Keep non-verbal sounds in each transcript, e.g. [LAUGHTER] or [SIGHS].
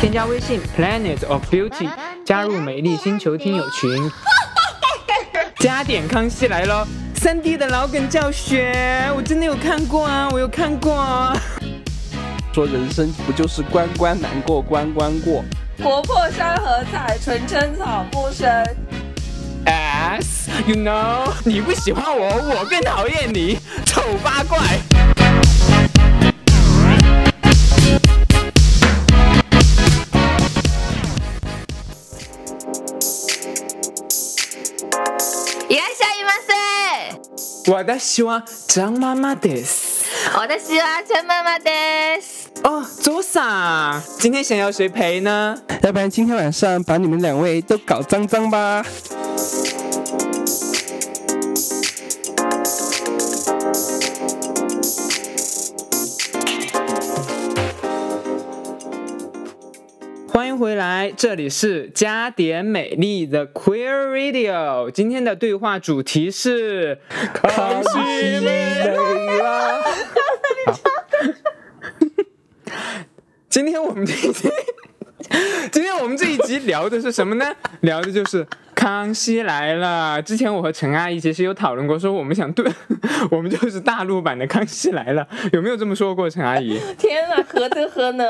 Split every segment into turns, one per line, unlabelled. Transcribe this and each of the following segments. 添加微信 Planet of Beauty，加入美丽星球听友 [LAUGHS] 群。加点康熙来喽！三 D 的老梗教学，我真的有看过啊，我有看过、啊。
说人生不就是关关难过关关过
国破山河在，纯真草木深。
As，you know，你不喜欢我，我更讨厌你，丑八怪。
いらっしゃいま
我的希望张妈妈的。
せ。私は陈妈妈です。
哦，左傻，今天想要谁陪呢？
要不然今天晚上把你们两位都搞脏脏吧。
欢迎回来，这里是加点美丽的 Queer Radio。今天的对话主题是
康熙来
了。今天我们这一集，今天我们这一集聊的是什么呢？聊的就是《康熙来了》。之前我和陈阿姨其实有讨论过，说我们想对， [LAUGHS] 我们就是大陆版的《康熙来了》，有没有这么说过？陈阿姨？
天哪，何德何能，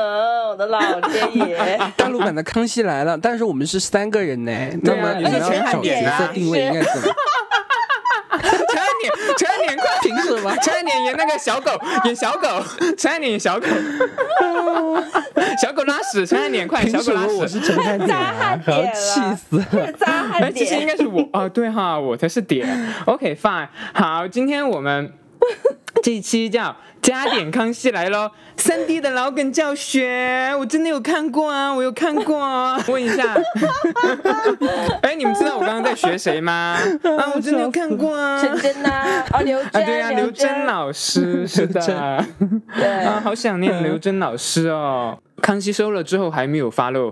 我的老天爷！
大陆版的《康熙来了》，但是我们是三个人呢，那
对啊
么你们
而且
要找角色定位应该 [LAUGHS] 怎么？
陈安典，陈安
[LAUGHS]
典，快停止吧！陈安典演那个小狗，演小狗，陈安典演小狗， [LAUGHS] 小狗拉屎，陈安典快，小
凭
狗
什
拉
么我
屎。
是陈汉典
大
啊？
汉
我要
典了
气死了！
扎
哎，
汉
其实应
典，
该是我啊、对哈，我才是点。OK fine，好，今天我
[LAUGHS]
们这一期叫《加点康熙来喽》，三 D 的老梗教学，我真的有看过啊，我有看过、啊。问一
[LAUGHS]
下，哎，你们知道我刚刚在学谁吗？啊，我真的有看过
[LAUGHS]
啊。
陈真呐，啊，刘
啊，
真，
对啊，刘真，老师是
[LAUGHS]
的，
对，
[LAUGHS] 啊，好想念刘真老师哦。康熙收了之后还没有发漏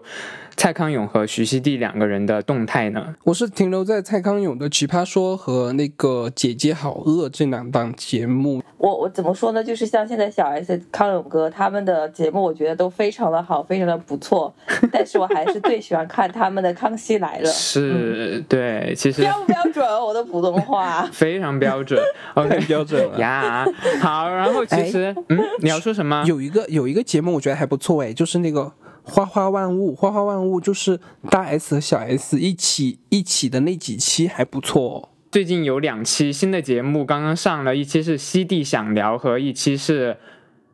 蔡康永和徐熙娣两个人的动态呢。
我是停留在蔡康永的《奇葩说》和那个《姐姐好饿》这两档节目，
我我怎么说呢？就是像现在小 S、康永哥他们的节目，我觉得都非常的好，非常的不错。但是我还是最喜欢看他们的《康熙来
[LAUGHS]
了》，
嗯
是，对，其实。
标不标准？我的普通话
非常标准。OK，
[LAUGHS] 标准了哎
呀，好，然后其实，嗯，你要说什么？
有一个有一个节目我觉得还不错哎，就是那个花花万物，花花万物就是大 S 和小 S 一起一起的那几期还不错、哦。
最近有两期新的节目刚刚上了，一期是《西地想聊》和一期是《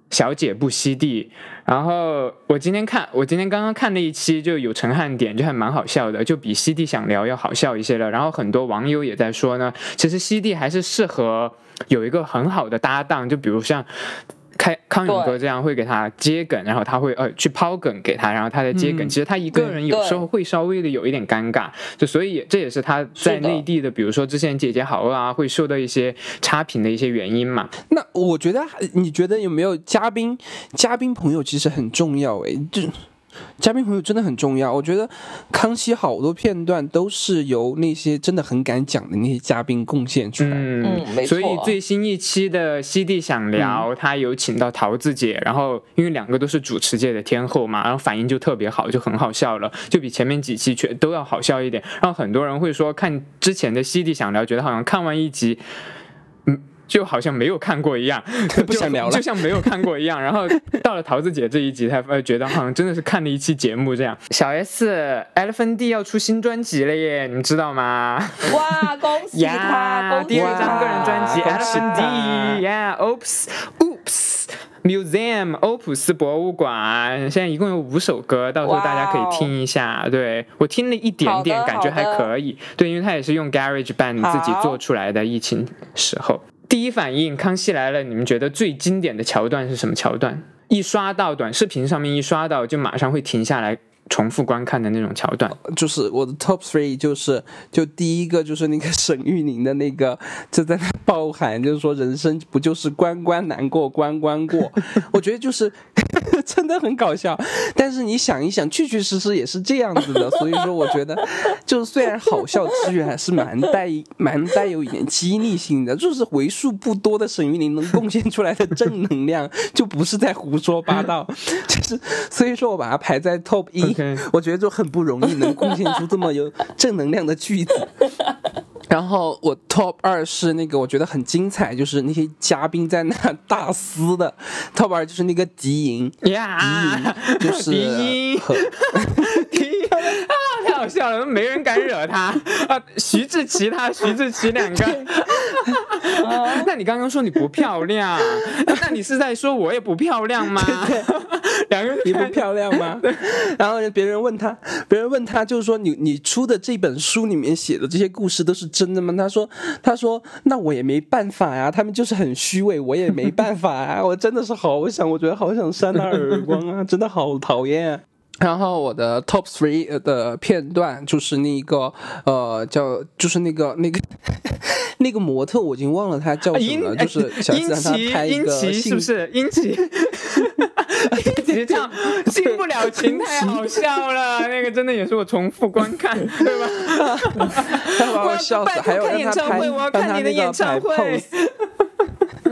小姐不西地》。然后我今天看，我今天刚刚看了一期，就有陈汉典，就还蛮好笑的，就比《西地想聊》要好笑一些了。然后很多网友也在说呢，其实西地还是适合有一个很好的搭档，就比如像。开康永哥这样会给他接梗，然后他会呃去抛梗给他，然后他再接梗。
嗯
其实他一个人有时候会稍微的有一点尴尬，就所以这也是他在
是的
内地的，比如说之前《姐姐好饿》啊，会受到一些差评的一些原因嘛。
那我觉得你觉得有没有嘉宾？嘉宾朋友其实很重要哎，就嘉宾朋友真的很重要。我觉得《康熙》好多片段都是由那些真的很敢讲的那些嘉宾贡献出来。
嗯，
嗯，没错。
所以最新一期的《西地想聊》，他有请到桃子姐，然后因为两个都是主持界的天后嘛，然后反应就特别好，就很好笑了，就比前面几期全都要好笑一点。然后很多人会说，看之前的《西地想聊》，觉得好像看完一集，嗯。就好像没有看过 [LAUGHS] 一样，
不想聊了
就，就像没有看过一样。然后到了桃子姐这一集，才呃觉得好像真的是看了一期节目这样。小 S Elephant D 要出新专辑了耶，你们知道吗？
哇，恭喜他，恭喜
第
他！
二张个人专辑《
哇恭喜
Elephant
他
D》呀，Oops Oops Museum 欧普斯博物馆，现在一共有五首歌，到时候大家可
哇哦
以听一下。对我听了一点点，
好的
感觉还
好的
可以。对，因为它也是用 Garage Band
好
自己做出来的，疫情时候。第一反应，《康熙来了》，你们觉得最经典的桥段是什么桥段？一刷到短视频上面一刷到，就马上会停下来重复观看的那种桥段。
哦
就是我的 top three 就是就第一个就是那个沈玉宁的那个就在那暴喊，就是说人生不就是关关难过关关过，我觉得就是 [LAUGHS] 真的很搞笑。但是你想一想，确确实实也是这样子的，所以说我觉得就是虽然好笑之余，还是蛮带蛮带有一点激励性的，就是为数不多的沈玉宁能贡献出来的正能量，就不是在胡说八道，这 [LAUGHS] 是所以说我把它排在 top 一
OK
我觉得就很不容易能贡献出这么 [LAUGHS] 有正能量的句子。 [LAUGHS] 然后我 top 二是那个我觉得很精彩，就是那些嘉宾在那 [LAUGHS] 大撕的。top 二就是那个敌营，
呀，
就是啊
鼻
[LAUGHS]
音，
和
鼻音啊，太好笑了，没人敢惹他啊。徐志奇他，徐志奇两
[LAUGHS]
个。那你刚刚说你不漂
哦
亮，那你是在说我也不漂亮
[LAUGHS]
吗？两个人
你不
看
漂亮 [LAUGHS] 吗？然后别人问他，别人问他就是说你你出的这本书里面写的这些故事都是真的吗？他说他说那我也没办法呀、他们就是很虚伪，我也没办法啊， [LAUGHS] 我真的是好想，我觉得好想扇他耳光啊，真的好讨厌啊、然后我的 top three 的片段就是那个呃叫就是那个那个 [LAUGHS] 那个模特，我已经忘了他叫什
啊殷哎
么了，就是想
殷
让他
琦，
拍一
殷
个
琦是
性
不是？殷琦，[LAUGHS]
[LAUGHS]
殷琦唱《进不了情》太好笑了，那个真的也是我重复观看，对吧？
[LAUGHS]
[LAUGHS]
他把我笑死，
拜托
还要
看
让
演
他
唱
拍，
会，我要看你的演唱
让他那个
会
摆 pose。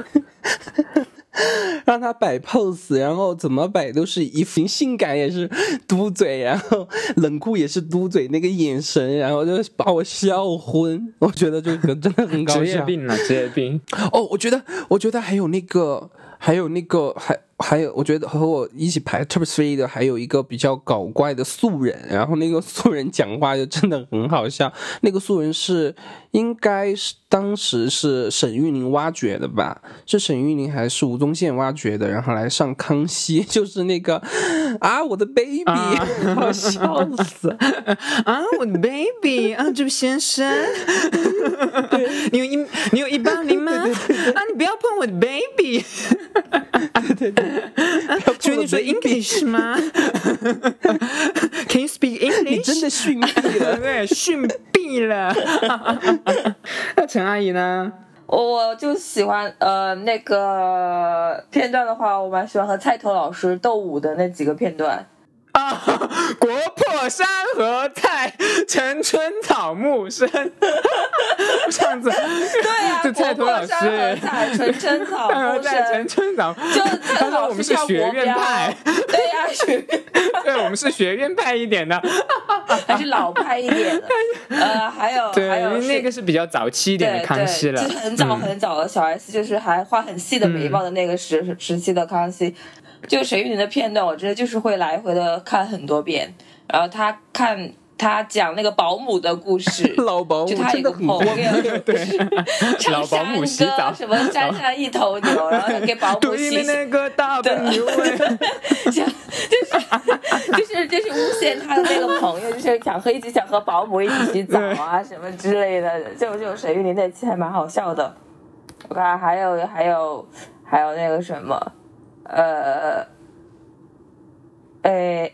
让他摆 pose，然后怎么摆都是一副性感也是嘟嘴，然后冷酷也是嘟嘴，那个眼神，然后就把我笑昏。我觉得这个真的很搞
职业
笑。
病了，职业病。
哦，我觉得，我觉得还有那个，还有那个，还还有，我觉得和我一起排 top three 的还有一个比较搞怪的素人，然后那个素人讲话就真的很好笑。那个素人是应该是当时是沈玉琳挖掘的吧？是沈玉琳还是吴宗宪挖掘的？然后来上康熙，就是那个啊，我的 baby，、 [LAUGHS]
啊
好笑死。
啊，我的 baby 啊，这位先生， [LAUGHS] 你有一你有一八零吗？啊，你不要碰我的 baby，请问你说 English [LAUGHS] 吗？Can you speak
你
English？
真的逊毙了。。
对，逊毙了。 [LAUGHS] 那陈阿姨呢？
我就喜欢呃那个片段的话，我蛮喜欢和菜头老师斗舞的那几个片段。
啊，国破山河在，城春草木 [LAUGHS] 深。这样子，对啊
对呀、
这菜头
国
老
破
师，
山河在，城春草
呃，
木
在
深
陈。村长，
哦
[LAUGHS]
就
他说我们是学院
[LAUGHS]
派，
对呀、学院
对，我们是学院派一点的，
哦还是老派一点的。呃，还有
对，
还有
因为
是
那个是比较早期一点的
对
康熙了
对，就是很早
嗯
很早的小 S，就是还画很细的眉毛的那个时、时期的康熙，就沈玉琳的片段，我真的就是会来回的看很多遍，然后他看他讲那个保姆的故事
[LAUGHS]
老保姆
就他有
真
一
的
个
很，
朋友，就是
老 [LAUGHS]
唱
保姆洗
山
澡
歌，什么山上一头牛，然后他
[LAUGHS]
给保姆
对
洗
面那个大笨牛哎，
[LAUGHS] 想就是就是就是诬陷他的那个朋友，就是想和一起想和保姆一起洗澡啊什么之类的，就就沈玉琳那期还蛮好笑的。我看还有还有还有那个什么，呃，呃，哎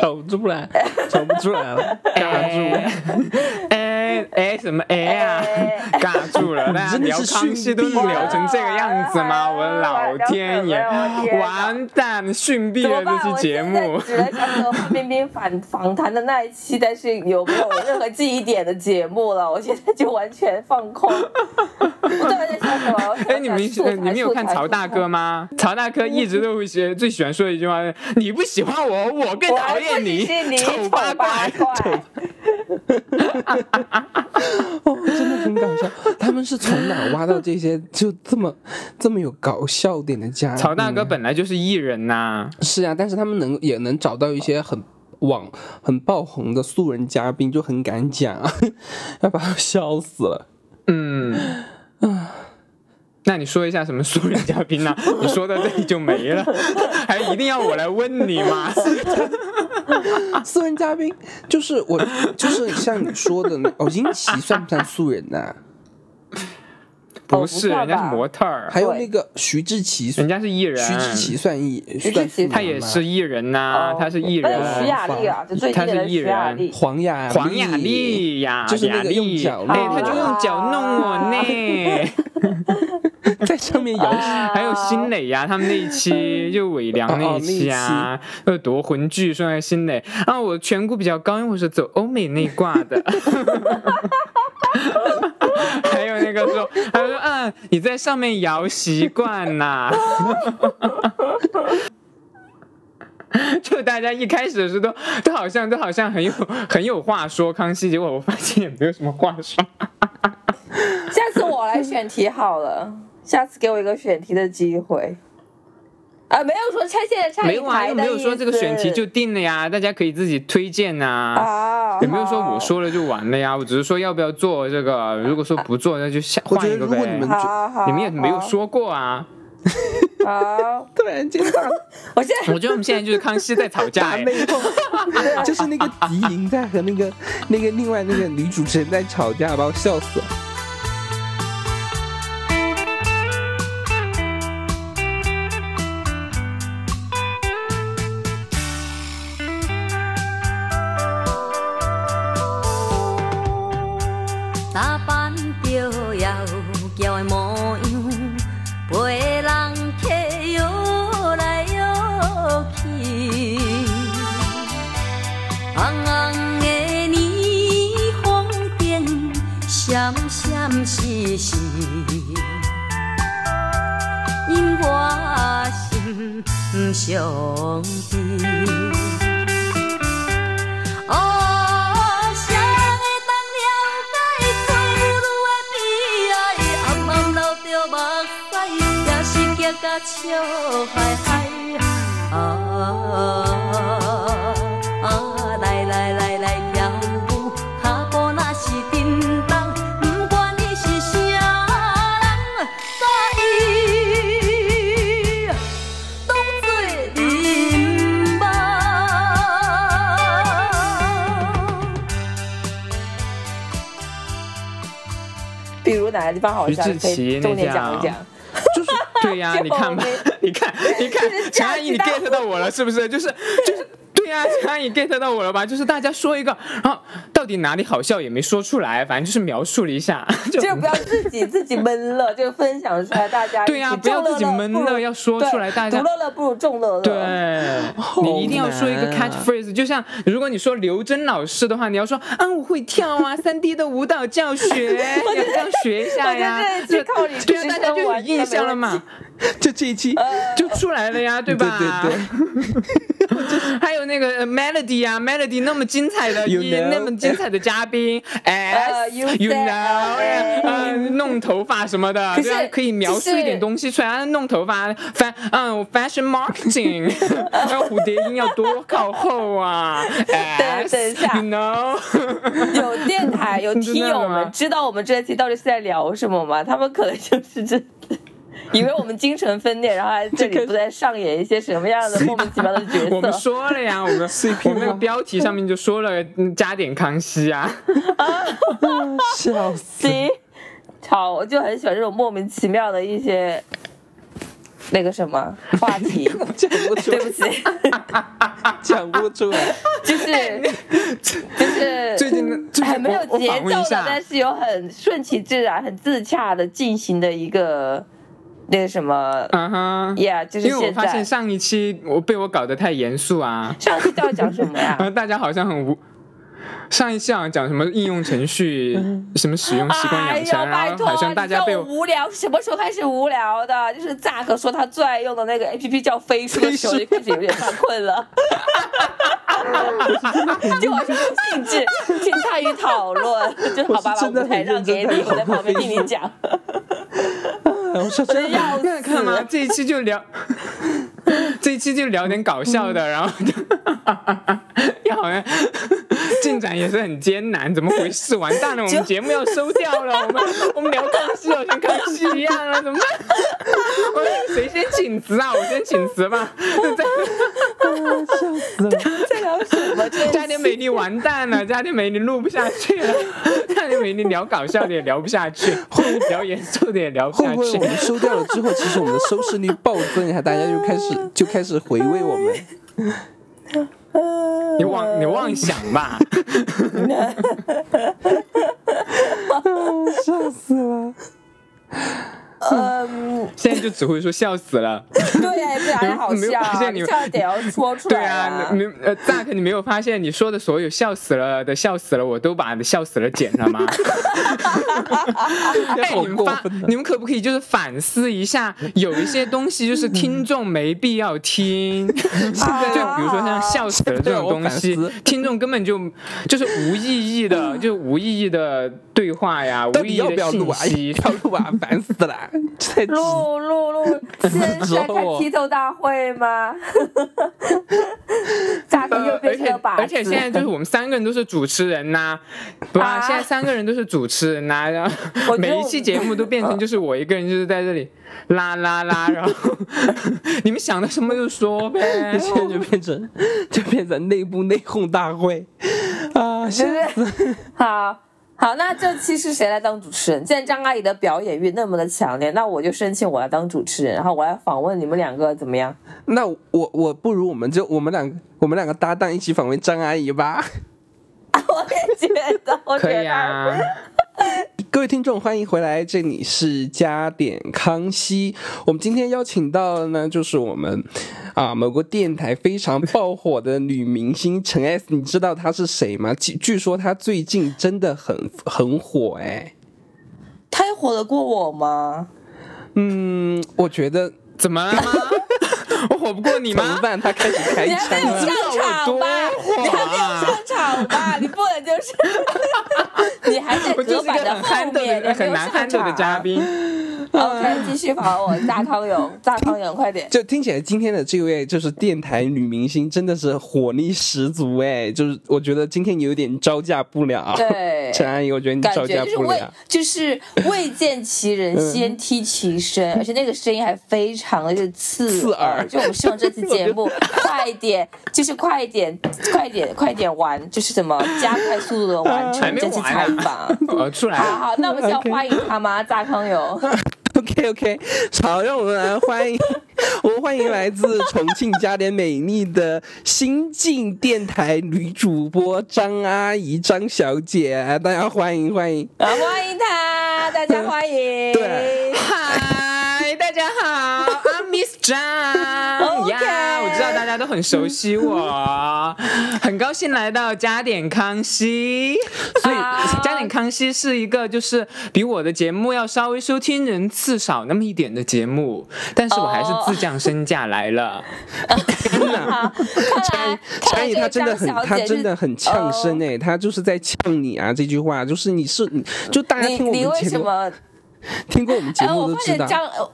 找不出来，找不出来了，尬住。
哎哎什么哎啊，尬住
[LAUGHS]
了！大家
真的
聊
是
康熙都
逊毙
聊成这个样子吗？我的老天爷
哎呀我的，天哪
完蛋，逊
怎
毙
么
了
办？
这
我
期节
现在
目。
只能想起我范冰冰访 [LAUGHS] 访谈的那一期，但是有没有任何记忆点的节目了？我现在就完全放空，我到底在想什么？我想
哎，你们
素材
呃你们有看曹大哥？吗？曹大哥一直都会学最喜欢说的一句话：“你不喜欢我，我更
素材素材我
讨厌
我还不只是你
[LAUGHS] 丑八怪。”
怪。
哦，真的很搞笑。他们是从哪儿挖到这些就这么这么有搞笑点的家？
曹大哥
嗯
本来就是艺人呐、
是啊，但是他们能也能找到一些很网很爆红的素人嘉宾，就很敢讲，啊 [LAUGHS] 要把我笑死了。
嗯， [SIGHS] 那你说一下什么素人嘉宾呢、你说到这里就没了， [LAUGHS] 还一定要我来问你
[LAUGHS]
吗？
哦
啊
素人嘉宾就是我，就是像你说的
[LAUGHS]
那，哦，殷琦算不算素人呢、啊
不是，
哦不
人
算吧
家是模特儿，
还有那个徐志奇，
人家是艺人，
徐志奇算艺，徐
志奇
他也是艺人呐、啊
哦
他是艺
那有徐
人。
雅丽啊，就最近
他是
的
艺
徐雅
人 [LAUGHS]
丽。
黄雅
黄雅莉呀，
就是那
雅
个用
丽，
脚
哎，
弄啊
他就
的
用脚弄我呢。
[LAUGHS] 在上
[LAUGHS]
面摇
啊
还有新磊呀、他们那一期就伪良哦那一期啊，又夺魂剧说的新磊啊，我颧骨比较高，因为我是走欧美那一挂的。 [LAUGHS] 还有那个说，他说啊，你在上面摇习惯啦、 [LAUGHS] 就大家一开始的时候都都好像都好像很有很有话说康熙，结果我发现也没有什么话说。
下次我来选题好了，下次给我一个选题的机会。啊，没有说拆现在拆
没
一
有啊，
台
又
的
没有说
意
这个选题
思
就定了呀，大家可以自己推荐呐、
啊，
也没有说
好
我说了就完了呀，我只是说要不要做这个，如果说不做，那就下
我觉
换
得
一个
如果
呗
你。们
好好，
你们也没有
好
说过啊，
好，
突然间大
我现在
我觉得我们现在就是康熙在吵架、
大
哎
内
[LAUGHS]
讧，就是那个狄莹在和那个那个另外那个女主持人在吵架，把我笑死了。
打扮着妖娇的模样，陪人客摇来摇去。红红的霓虹灯，闪闪烁烁，引我心上悲。哦，谁会当了解做女的悲哀？暗暗流着目屎，也是惊甲笑嗨嗨。啊啊，来来来来跳舞，脚步若是沉重，不管你是啥人，甲伊。当作人梦。
比如哪个地方好笑，
徐
可
志
以
奇
重点
那
讲
家
一讲。
就是 [LAUGHS] 对呀、你看吧，你看，你看，陈阿姨你 get 到我了是不是？就是就是对呀、陈阿姨 get 到我了吧？就是大家说一个，然后到底哪里好笑也没说出来，反正就是描述了一下， [LAUGHS] 就
就不要自己自己闷乐，就分享出来，大家一起
对啊呀不要
众乐
自己
乐
闷
不如
乐要说
对
出来大家
独乐乐不如众乐乐。
对，
[LAUGHS]
你一定要说一个
难啊
catchphrase，就像如果你说刘真老师的话，你要说啊我会跳
[LAUGHS]
啊，三 D 的舞蹈教学，你要这样学一下呀
[LAUGHS] 我觉得，这
就
一期靠你
对啊
支撑
大家就有
完全
印象了
没
嘛，
就这一期，
呃
就出来了呀，对
对
吧？
对对。
[LAUGHS] 还有那个呃 Melody 啊，Melody 那么精彩
[LAUGHS]
的
You
一
know
那么精彩的嘉宾
呃
，S
，you
you
said，
know，
哎
呃，弄头发什么的，
可
对啊
是
可以描述
就是
一点东西出来，啊弄头发，fa 嗯，fashion
[LAUGHS]
marketing，还有蝴蝶音要多靠后啊
等一
，S
下
you know， [LAUGHS]
[LAUGHS] 有电台有
你知
听
道
友
吗
们知道我们这一期到底是在聊什么吗？他们可能就是这。 [LAUGHS] 以为我们京城分店，然后还这里不在上演一些什么样的莫名其妙的角色。
啊我们说了呀，我们我们那个标题上面就说了嗯加点康熙啊，
笑死！
[LAUGHS] 行，好，我就很喜欢这种莫名其妙的一些那个什么话
[LAUGHS]
题。
讲不出
对
来
不，起，
[LAUGHS] 讲不出来。
[LAUGHS]
就是就是
最近最近
很没有
我我
节
访
奏
问一
的，
下，
但是有很顺其自然、很自洽的进行的一个那个什么
嗯哼，
，yeah，就是
因为我
现
发现
在。
上一期我被我搞得太严肃
[LAUGHS]
啊，
上次到底讲什么
[LAUGHS]
呀
然？后大家好像很无。上一期好像讲什么应用程序，什么使用习惯
嗯哎
养成，
呦，拜
然后
托！
好像大家
你
被
知道
我
我无聊，什么时候开始无聊的？就是 Zack 说他最爱用的那个 APP 叫飞书的时候，就开始有点犯困了。 [LAUGHS] 就完全没有兴致去参与讨论， [LAUGHS] 就是好吧，
我
把
是真的
舞台
很
让
认
给
真
你，
在
我在
玩
旁边听你
[LAUGHS]
讲。哎
我说真的，
要
那看嘛，这一期就聊， [LAUGHS] 这一期就聊点搞笑
嗯
的，然后就， [LAUGHS] 要好像进展也是很艰难，怎么回事？完蛋了，我们节目要收掉了，我
[LAUGHS]
们我们聊康熙好像康熙一样啊了，怎么办？ [LAUGHS] 我谁先请辞啊？我先请辞吧， [LAUGHS] 就这样
笑死了！
在聊什么？
[LAUGHS]
这
加点美丽完蛋了，加点美丽录不下去了， [LAUGHS] 加点美丽聊搞笑的也聊不下去，
[LAUGHS]
聊严肃的也聊不
会
下
不会我
去。
们收掉了之后，其实我们的收视率暴增，然后大家就开
嗯
始就开始回味我们？
你妄你妄想
[LAUGHS]
吧，
笑死了！
嗯，
现在就只会说笑死了。
对嗯对，不然好
没有发
笑，
现
你
你
笑点要说出
对
来
啊，你没呃大 k 你没有发现你说的所有笑死了的笑死了，我都把笑死了剪了
[LAUGHS]
吗？哎，
好
你们
过
发
分啊的，
你们可不可以就是反思一下，有一些东西就是听众没必要
[LAUGHS]
听，就比如说像笑死了这种东西
现在啊我反思，
听众根本就就是无意义
[LAUGHS]
的，就是无意义的对话呀，
到
无
底
意义
要不
的
要
信
录啊？
息。
要录啊，烦死了！太直
录录录，现在是在看踢球大会吗？ [LAUGHS] 咋可又
呃而
变成
且
了靶子？
而且现在就是我们三个人都是主持人
[LAUGHS]
呐、不啊，
啊
现在三个人都是主持人呐、然后
我觉得嗯
每
我
一期节目都变成就是我一个人就是在这里啦啦
[LAUGHS]
啦，然后 [LAUGHS] 你们想到什么就说
[LAUGHS]
呗。
现在就变成就变成内部内讧大会啊！现
[LAUGHS]
在
好好，那这期是谁来当主持人？既然张阿姨的表演欲那么的强烈，那我就申请我来当主持人，然后我来访问你们两个怎么样？ [LAUGHS]
那我我不如我们就我们两个我们两个搭档一起访问张阿姨吧。 [LAUGHS]
我也觉得，我觉
可以
得。
啊，
各位听众，欢迎回来，这里是加点康熙。我们今天邀请到的呢，就是我们啊某个电台非常爆火的女明星陈 S，你知道她是谁吗？据据说她最近真的很很火哎。
他还火得过我吗？
嗯，我觉得
怎么
[LAUGHS]
了吗？我火不过你
怎么
吗？
办？她开始
哎
开
你还
枪
没有
了。
上场吧？你还没有
啊
上场吧？你不能就是， [LAUGHS] 你还在
我就
隔
是一
板
个
的
很
后
憨豆
面，你
的、
还没
很
有
难
上
憨豆
场。啊
的嘉宾。
OK，继续罚我，大汤勇，大汤勇，快点！
就听起来今天的这位就是电台女明星，真的是火力十足哎！就是我觉得今天有点招架不了。
对
[LAUGHS] 陈阿姨，我觉得你
感
招
觉
架
就是
不
未
了。
就是未见其人先听其声，而且那个声音还非常的就是刺
刺耳
就我们希望这期节
[LAUGHS]
目快一点，就是快一点，快一点，快一点完，就是什么加快速度的完
嗯
还
成
没
这期
完
采
啊
[LAUGHS]
访。
呃，出来
好
了，
好，那我们先
OK
欢迎他吗？大康友，
[LAUGHS] OK OK，好，让我们来欢迎，我们欢迎来自重庆加点美丽的新晋电台女主播张阿姨张小姐，大家欢迎欢迎。
啊欢迎他，大家欢迎。
对
嗨，大家好，I'm Miss Zhang 呀
OK
我知道大家都很熟悉
[LAUGHS]
我，很高兴来到加点康熙。所以
好
加点康熙是一个就是比我的节目要稍微收听人次少那么一点的节目，但是我还是
哦
自降身价来了。
好，看来看
张
来
姨
这
她
个
真的
张
很，
小
她
姐
真的
是哦
很呛声哎，她就是在呛你啊！这句话就是你是你，就大家
哦你
听我
你
们
为
节
什
目，
么？
听过我们节
哎，
目
我
都
发
知
现
道。
张呃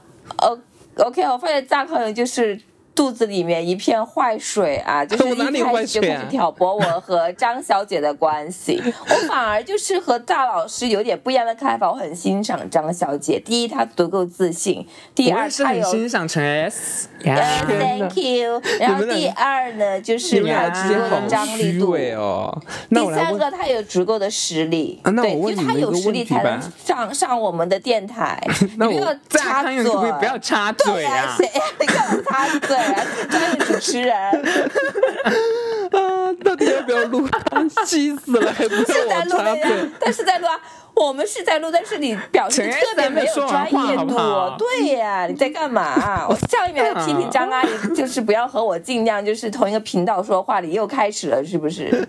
呃，OK，我发现张可能就是肚子里面一片坏水啊，
[LAUGHS]
就是
我
一
哪里
开
坏
始就
水
开
啊
始挑拨我和张小姐的关系。我反而就是和大老师有点不一样的看法，我很欣赏张小姐。第一，她足够自信；第
我
二，
也是
她
很
有。
欣赏陈 S
呃
呀。
Thank you。然后
你们俩
第二呢，就是
你们
她
俩
有
之
足
间
够的
好
张力
虚
度。
伪哦。那
第
我来
三
问
个，他有足够的实力，
啊那我问
对，因为
你
他
们一
有
个
实
问
力
题
才能
吧
上上我们的
[LAUGHS]
电台。
那
你不
我
要
大
插
康
嘴，
永可不可以不要插
对
嘴
呀、
啊？
谁呀、你看我插嘴啊，专业主
[LAUGHS]
持人，
啊，到底要不要录？啊气死了，还不让
是在
我
录
插
的
嘴
呀。，
[LAUGHS]
但是在录啊，我们是在录，但是你表现得
陈
特别没有
先生
专
说完话
业
好
度，
不好
对呀、你在干嘛、啊我上一秒还批评张阿
嗯 [LAUGHS]
姨，就是不要和我尽量就是同一个频道说话，你又开始了是不是？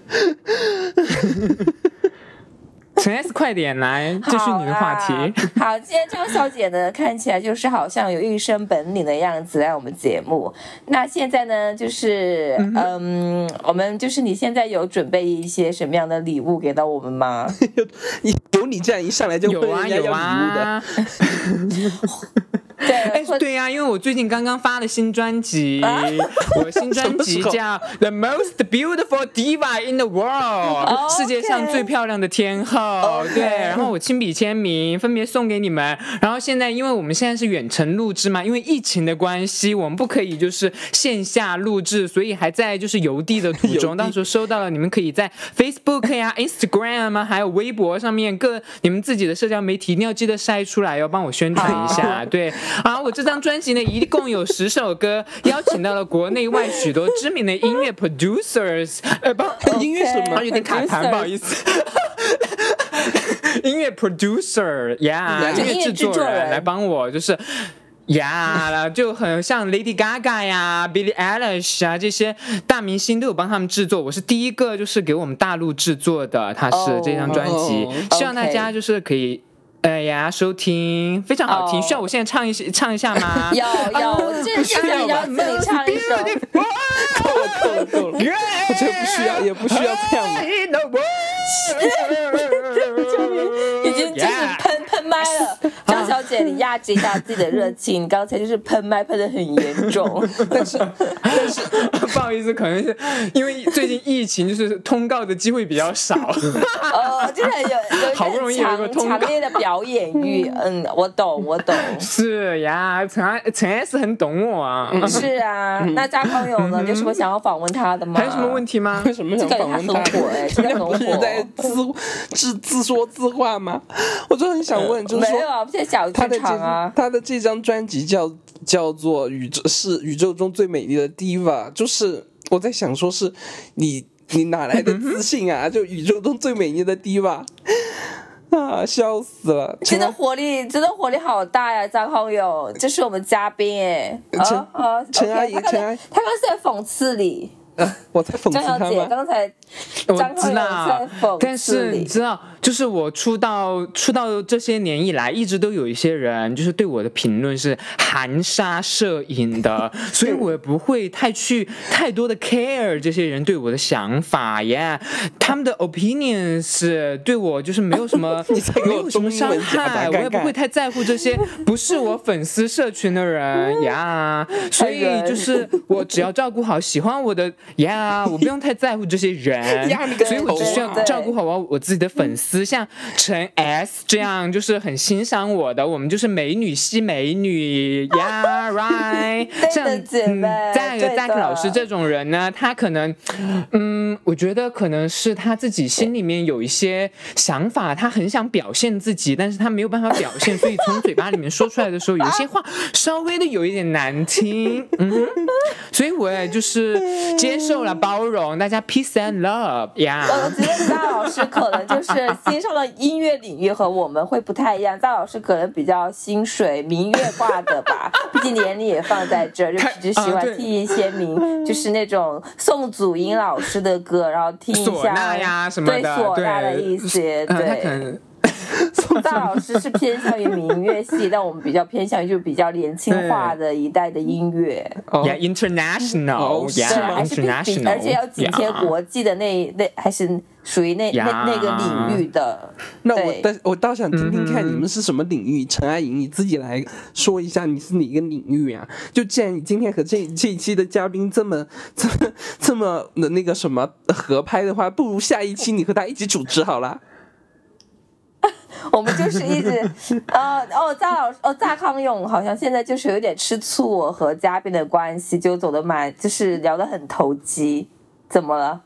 陈 S 快点来，这是你的话题。
好啦。啊好，今天张小姐呢，看起来就是好像有一身本领的样子来我们节目。那现在呢，就是嗯我们就是你现在有准备一些什么样的礼物给到我
[LAUGHS]
们吗？
你 [LAUGHS] 有啊你这样一上来就
有
问
啊
人家要礼
有
物的，
啊，
对，
[LAUGHS]
哎
或，
对呀、因为我最近刚刚发了新专辑，我新专辑
啊什么时候哦
叫《The Most Beautiful Diva in the World》，
OK
世界上最漂亮的天后。对，然后我亲笔签名，分别送给你们。然后现在，因为我们现在是远程录制嘛，因为疫情的关系，我们不可以就是线下录制，所以还在就是邮递的途
邮
中。
递
到时候收到了，你们可以在 Facebook 呀、Instagram [LAUGHS] 啊，还有微博上面各你们自己的社交媒体，一定要记得晒出来哦，帮我宣传一下。啊， [LAUGHS] 对啊，我这张专辑呢，一共有十首歌，邀请到了国内外许多知名的音乐 producers，呃，帮
音乐什么
啊，有点卡痰，不好意思。 [LAUGHS] 音乐 producer 呀、
音
乐
乐
制
制
作人
人来帮我，就是。呀
[LAUGHS]
了，就很像 Lady Gaga 呀、Billie Eilish 啊这些大明星都有帮他们制作。我是第一个就是给我们大陆制作的，他是
哦
这张专辑
哦
希望大家就是可以。哎呀，收听非常好听
哦？
需要我现在唱一些唱一下吗
[LAUGHS]
要
啊
要，我这是想要自己唱一首，
够了够了，我觉得不需要，也不需要这样了。
In the
[LAUGHS]
world
已经就是
Yeah
喷喷麦了。张小姐，你压制一下自己的热
[LAUGHS]
情，你刚才就是喷麦喷的很严重。但是
[LAUGHS] 不好意思，可能是因为最近疫情，就是通告的机会比较少。
呃，就是很有有一
好不容易有一个
强
通告
强烈的表演
[LAUGHS]
欲。嗯，我懂，我懂。
[LAUGHS] 是呀，陈安陈 S 很懂我啊。
[LAUGHS]
是啊，
嗯
那加康永呢？你有什么想要访问他的吗？
还有什么问题吗？
为什么想
这个
访
他
问 [LAUGHS]
很
他？
火哎这个很
不是
火
在自自自说自话吗？我就很想问，就是
没
说
有啊，我们现在小
他的
剧
这
场啊。
他的这张专辑叫叫做《宇宙是宇宙中最美丽的 diva》，就是我在想，说是你你哪来
[LAUGHS]
的自信啊？就宇宙中最美丽的 diva 啊，笑死了！
真
陈
的
安
活力，真的活力好大呀！张康勇，这是我们嘉宾哎，
呃陈
啊啊，
陈
OK，
阿姨
他刚才
陈阿姨
他刚才在讽刺你，
啊，我在讽刺
张小
他
姐
吗？
刚才张
我
康
知
勇
道
在讽刺你，
但是你知道，就是我出道出道这些年以来，一直都有一些人就是对我的评论是含沙射影的，所以我也不会太去太多的 care 这些人对我的想法耶，他们的 opinions 对我就是没有什
[LAUGHS]
么
在给
没
我
有什么
中英文
伤
夹杂
害，我也不
尴尬
会太在乎这
[LAUGHS]
些不是我粉丝社群的人
[LAUGHS]
呀，所以就是我只要照顾好喜欢我的呀，我不用太在乎这些人
呀你个，
所以我只需要
头啊
照顾好我我自己的
嗯
粉丝，像陈 S 这样就是很欣赏我的，我们就是美女系美女
[LAUGHS]
呀，right？
对
像
的姐妹
嗯，再
对
有
的
Zack 老师这种人呢，他可能，嗯，我觉得可能是他自己心里面有一些想法，他很想表现自己，但是他没有办法表现，所以从嘴巴里面说出来的时候，有一些话稍微的有一点难听，嗯哼，所以我也就是接受了包容，大家 peace and love 呀、
我觉得张老师可能就是欣赏的音乐领域和我们会不太一样，张老师可能比较薪水民乐挂的吧，毕竟年龄也放在这儿，就
看
只喜
啊
欢
对
听一些民，就是那种宋祖英老师的歌，然后听一
唢
下
呐呀什么
对
的
唢呐
对
的一些，
嗯，他可
对。
能
张老师是偏向于民乐系，但我们比较偏向于就比较年轻化的一代的音乐。
哦
呀、international
哦是
呀、
对，
吗
还是比比，
international，
而且要紧贴
呀
国际的那那，还是属于那那
呀
那个领域的。
那我
对
但我倒想听听看你们是什么领域。陈阿莹，你自己来说一下你是哪个领域啊？就既然你今天和这这一期的嘉宾这么这么这么的那个什么合拍的话，不如下一期你和他一起主持好了。
我们就是一直，呃，哦，张老师，哦，炸康永好像现在就是有点吃醋我和嘉宾的关系，就走的蛮，就是聊得很投机，怎么了？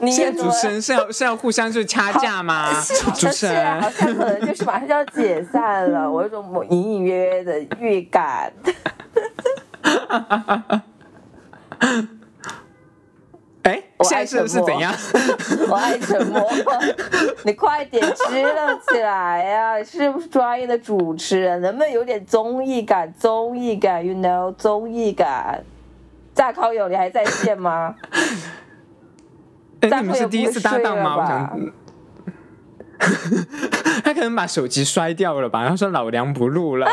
你也
嗯现在
怎
主
么
持人是要是要互相就掐架吗？ [LAUGHS] 主持
是啊，
人
好，像可能就是马上就要解散了，我有种隐隐约约的预感。
哎，
我
现
爱
在是
沉
是
默
怎样？
我爱沉默， [LAUGHS] 你快点支棱起来呀、是不是专业的主持人？能不能有点综艺感？综艺感，you know，综艺感。炸烤友，你还在线吗？
哎，
但
你
会
们是
有
第一
不
次搭
睡
档
了
吗？我
吧
想。嗯 [LAUGHS] 他可能把手机摔掉了吧，然后说老娘不录
[LAUGHS]
了。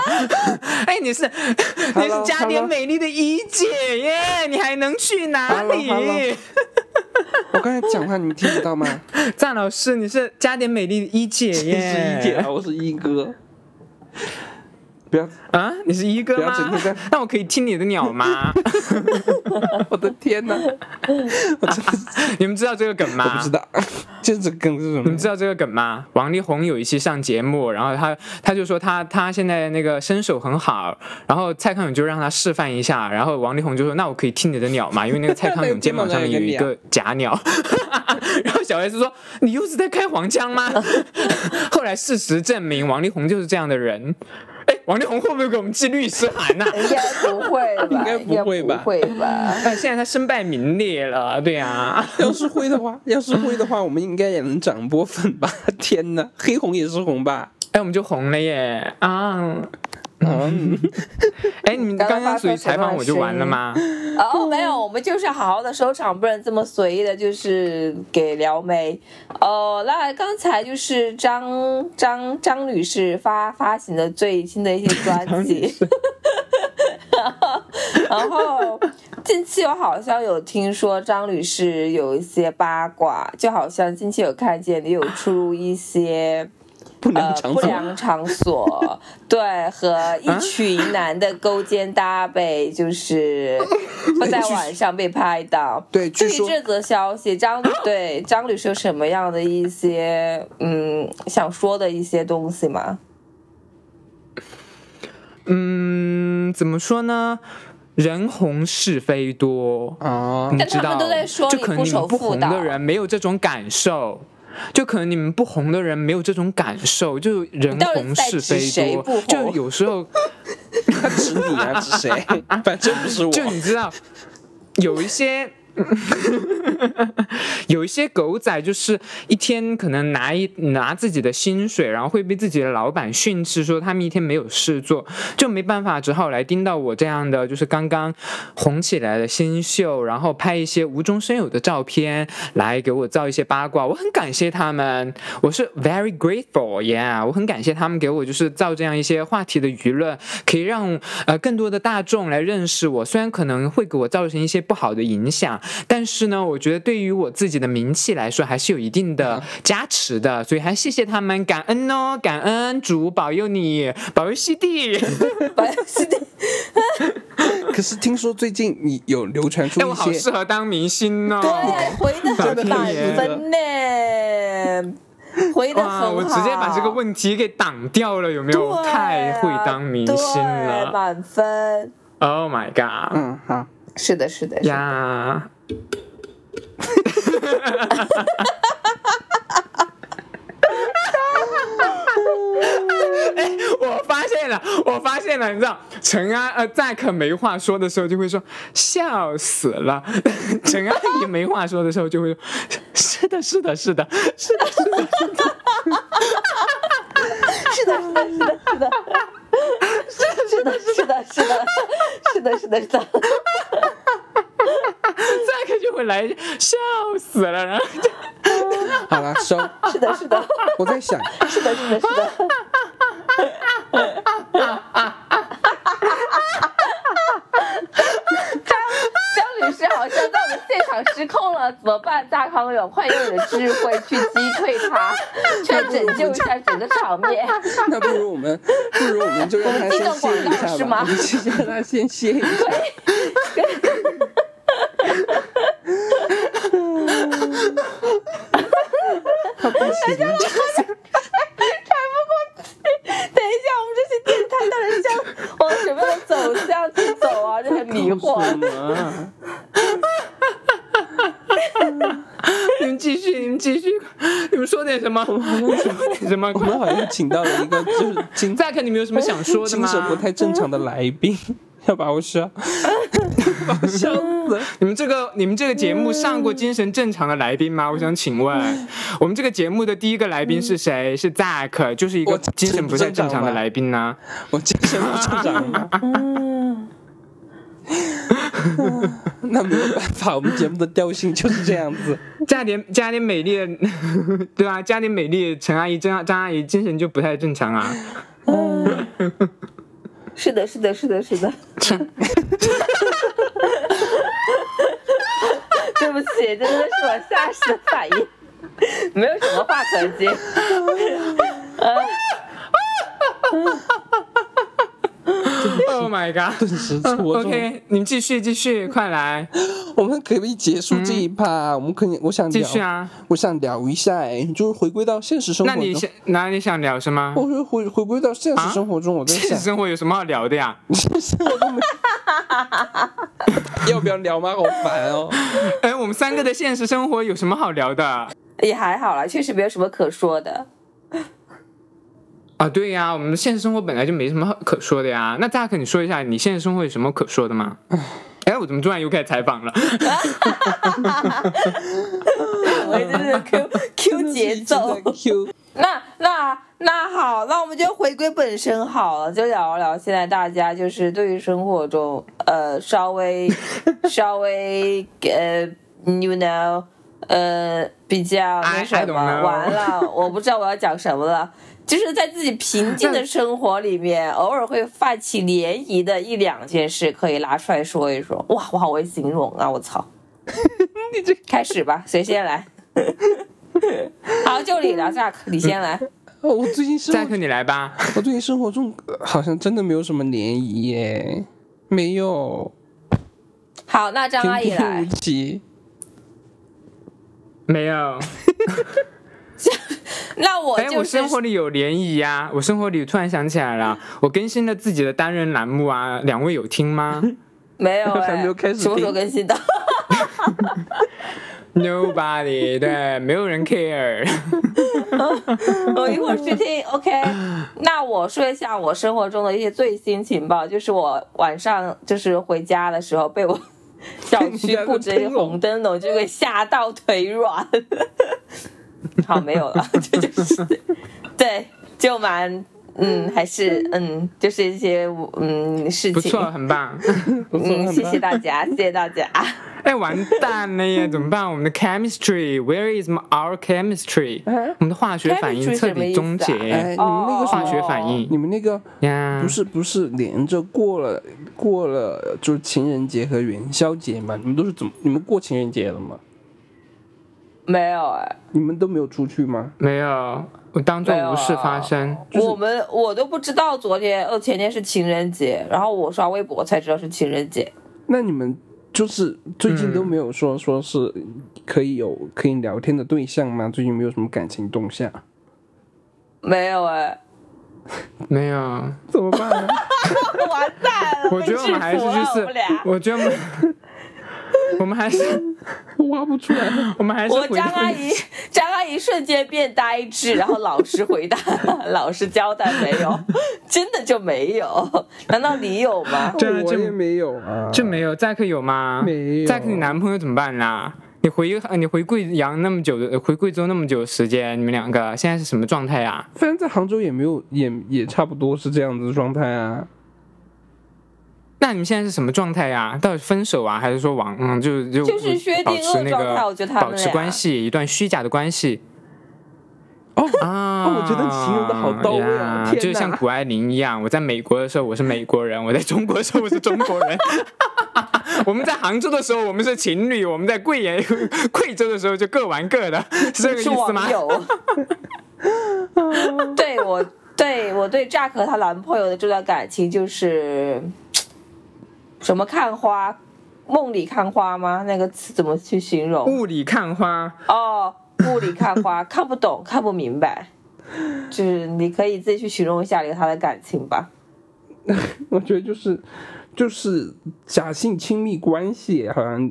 哎，你是你是
Hello，
加点
hello
美丽的一姐耶，你还能去哪
Hello，
里
hello？我刚才讲话你们听不到吗？
赞老师，你是加点美丽的一姐
你 [LAUGHS] 是
耶，
一姐啊，我是一哥。不要，
啊，你是一哥
不要
吗
整天在？
[LAUGHS] 那我可以听你的鸟吗？ [LAUGHS]
我的天哪！我真的是
你们知道这个梗吗？
我不知道，这只梗是什
你们 [LAUGHS]
么？
知道这个梗吗？王力宏有一期上节目，然后他他就说他他现在那个身手很好，然后蔡康永就让他示范一下，然后王力宏就说那我可以踢你的鸟嘛，因为那个蔡康
那
永
个
肩膀上面有一
肩膀上有
个假鸟， [LAUGHS] 然后小 S 说你又是在开黄腔吗？ [LAUGHS] 后来事实证明王力宏就是这样的人。哎，王力宏会不会给我们寄律师函啊呐、
应该不会吧？
应该不会吧
应该不会吧？
哎， [LAUGHS] 现在他身败名裂了，对呀、啊
要是 [LAUGHS] 会的话，要是会的话，我们应该也能涨波粉吧？天哪，黑红也是红吧？
哎，我们就红了耶啊！
嗯，
哎，你们
刚才
刚刚属于采访我就完了吗？
哦，没有，我们就是好好的收场，不能这么随意的，就是给撩妹。哦，那刚才就是张张张女士发发行的最新的一些专辑， [LAUGHS] 然后近期我好像有听说张女士有一些八卦，就好像近期有看见你有出入一些。
不良
呃
场
不
所，
良
[LAUGHS]
场所，对，和
啊
一群男的勾肩搭背，
[LAUGHS]
就是会在晚上被拍到。
对，
对
据
于
说
这则消息，
[LAUGHS]
张对张律师有什么样的一些嗯想说的一些东西吗？
[LAUGHS] 嗯，怎么说呢？人红是非多，
啊，
你
但
知
他
道，
们都在说
就
你
可能
不
你们
守
不
妇
红
道
的人没有这种感受。就可能你们不红的人没有这种感受，就人
你到底
红
在
是
指谁
非
不
多
红，
就有时候
他指你啊，指
[LAUGHS]
谁？反正不是我。
就你知道，有一些。 [LAUGHS] 有一些狗仔就是一天可能拿一拿自己的薪水，然后会被自己的老板训斥说他们一天没有事做，就没办法，只好来盯到我这样的就是刚刚红起来的新秀，然后拍一些无中生有的照片来给我造一些八卦。我很感谢他们，我是 very grateful，yeah，我很感谢他们给我就是造这样一些话题的舆论，可以让呃更多的大众来认识我。虽然可能会给我造成一些不好的影响，但是呢，我觉得对于我自己的名气来说，还是有一定的加持的。所以还谢谢他们，感恩哦，感恩主保佑你，保佑西地。
反正是
可是听说最近你有流传出
哎，我
一
好
些
适合当明星 [LAUGHS] 哦。
对，回
[LAUGHS]
的很满分呢，回的很
哇！
好。
我直接把这个问题给挡掉了，有没
对啊
有？太会当明星
对
了
满分。
！Oh my god！
嗯好，
是的，是的，是的 [LAUGHS]
呀，哎我发现了，我发现了，你知道，陈安呃，Zack 没话说的时候就会说笑死了， [LAUGHS] 陈安怡没话说的时候就会说 [LAUGHS] 是的，是的，是的，是的，是的，
是的，是的，是的，是的，是的，是的。
[LAUGHS] ，Zack 就会来笑死了， [LAUGHS] 然后就
好
[LAUGHS]
了，收。
是的，是的，
我在想，
是的，是的，是的。张张女士好像在我们现场失控了，怎么办？大康友，快用你的智慧去击退 [LAUGHS] 他，去拯救一下整个场面。
那不如我们，不如我们就让他
我们进
先
个
歇一
广告
下
是
吧，
吗
我们就让他先歇
[LAUGHS]
一下。他不
哎
行，
[LAUGHS] 等一下，我们这期电台到底向往什么样的走向去走啊？这很迷惑。
[LAUGHS] 什么？
你们继续，你们继续，你们说点什 [LAUGHS] 么？说点什么
我们好像请到了一个就是精
？Zack，你们有什么想说的
精
吗？
神不太正常的来宾，要把我笑，要把我笑死。
你们这个你们这个节目上过精神正常的来宾吗？我想请问，我们这个节目的第一个来宾是谁？是 Zack，就是一
我
个精神不太正常的
正常吧
来宾呢。
我精神不正常吗？那没有办法，我们节目的调性就是这样子。
加点加点美丽的， [LAUGHS] 对吧、加点美丽，陈阿姨、张张阿姨精神就不太正常 [LAUGHS] 啊。
是的，是的，是的，是的。 [LAUGHS] 对不起，真的是我下意识的反应，没有什么话可接。
Oh my [LAUGHS] god！
顿时戳中。
OK，你们继续继续，快来
我们可不可以结束这一趴？我们可以，我想
嗯继
聊，
续啊！
我想聊一下，哎，就是回归到现实生活
那
中。
你想那你想聊什么？
我说回回归到现实
啊
生活中，我在
现
想
[LAUGHS] 实，生活有什么好聊的啊 [LAUGHS] 呀？
现实生活中没 [LAUGHS] 要不要聊吗？好烦哦。
哎，我们三个的现实生活有什么好聊的？
[LAUGHS] 也还好啦，确实没有什么可说的。
啊，对呀，我们的现实生活本来就没什么可说的呀。那大可，你说一下你现实生活有什么可说的吗？哎，我怎么突然又开始采访了？
[LAUGHS] 我真的 Q Q 节奏，
Q
那那那好，那我们就回归本身好了，就聊一聊现在大家就是对于生活中呃稍微稍微呃，you know，呃，比较
I-
那什
I
么，
don't know
完了，我不知道我要讲什么了。就是在自己平静的生活里面，偶尔会泛起涟漪的一两件事，可以拿出来说一说。哇，我好会形容啊！我操，你这开始吧，谁先来？好，就你了，Jack，你先来。
哦，我最近生
再
活
克，你来吧。
我最近生活中呃好像真的没有什么涟漪耶，没有，
好，那张
平
阿姨
平无
来。
奇。
没有，
那我
哎，
就
我
是
生活里有涟漪啊！我生活里突然想起来了，我更新了自己的单人栏目啊，两位有听 [LAUGHS] 吗
[LAUGHS]
没有哎，
还没有开始
什么时候
听
更新的？ [LAUGHS]
？Nobody，对，没有人 care。
我一会儿去听。OK，那我说一下我生活中的一些最新情报，就是我晚上就是回家的时候被我小区布置一个红灯笼，就给吓到腿软。 [LAUGHS] 好，没有了， [LAUGHS] 这就是对，就蛮嗯，还是嗯，就是一些嗯事
不
情。
错，很棒。
不错
嗯，
很
谢
棒
谢大家，谢谢大家。
哎，完蛋了
[LAUGHS]
耶！怎么办？我们的 chemistry，where is my- our chemistry？我们的化学反应
啊 Chemistry
彻底终
什么意思啊
结
哎，[LAUGHS] 你们，
哦
那个什
化
么
学嗯反应
你们那个
呀
不，是不是连着过了过了就是情人节和元宵节嘛？你们都是怎么？你们过情人节了吗？
没有哎，
你们都没有出去吗？
没有，我当做
没有
无事
啊
发生。
我们我都不知道昨天呃前天是情人节，然后我刷微博才知道是情人节。
那你们就是最近都没有说、说是可以有可以聊天的对象吗？最近没有什么感情动向，
没有哎，
没有，
怎么办呢？
完蛋
[LAUGHS]
了！
我觉得我们还是
被制
就
服了我们
是 [LAUGHS]
俩，。
我觉得我们
[LAUGHS]
我们还是
挖不出来。
我们还是
我
回
张
到
阿 [LAUGHS] 姨，张阿姨瞬间变呆滞，然后老师回答，老师交代没有， [LAUGHS] 真的就没有？难道你有吗？
对啊
[LAUGHS] 我
这
也没有啊，
这没有，Zack 有吗？
没有
Zack，你男朋友怎么办啦？你回呃你回贵阳那么久的，回贵州那么久的时间，你们两个现在是什么状态啊？
反正在杭州也没有，也也差不多是这样子的状态啊。
那你们现在是什么状态呀、到底分手啊，还是说往嗯就就
就是薛定谔
保持那
状态我
个
觉得他们
保持关系一段虚假的关系？
哦
啊！
哦我觉得你形容得好到位
呀
啊天哪
就像谷爱凌一样，我在美国的时候我是美国
[LAUGHS]
人，我在中国的时候我是中国人。 [LAUGHS] 我们在杭州的时候我们是情侣，我们在贵阳、 [LAUGHS] 贵州的时候就各玩各
[LAUGHS]
的，是这个意
是
思吗 [LAUGHS]
网？友。对我对我对 Jack 和她男朋友的这段感情就是什么看花，梦里看花吗？那个词怎么去形容？
雾里看花，
哦，雾里看花，看不懂，看不明白。就是你可以自己去形容一下你和他的感情吧。
我觉得就是就是假性亲密关系，好像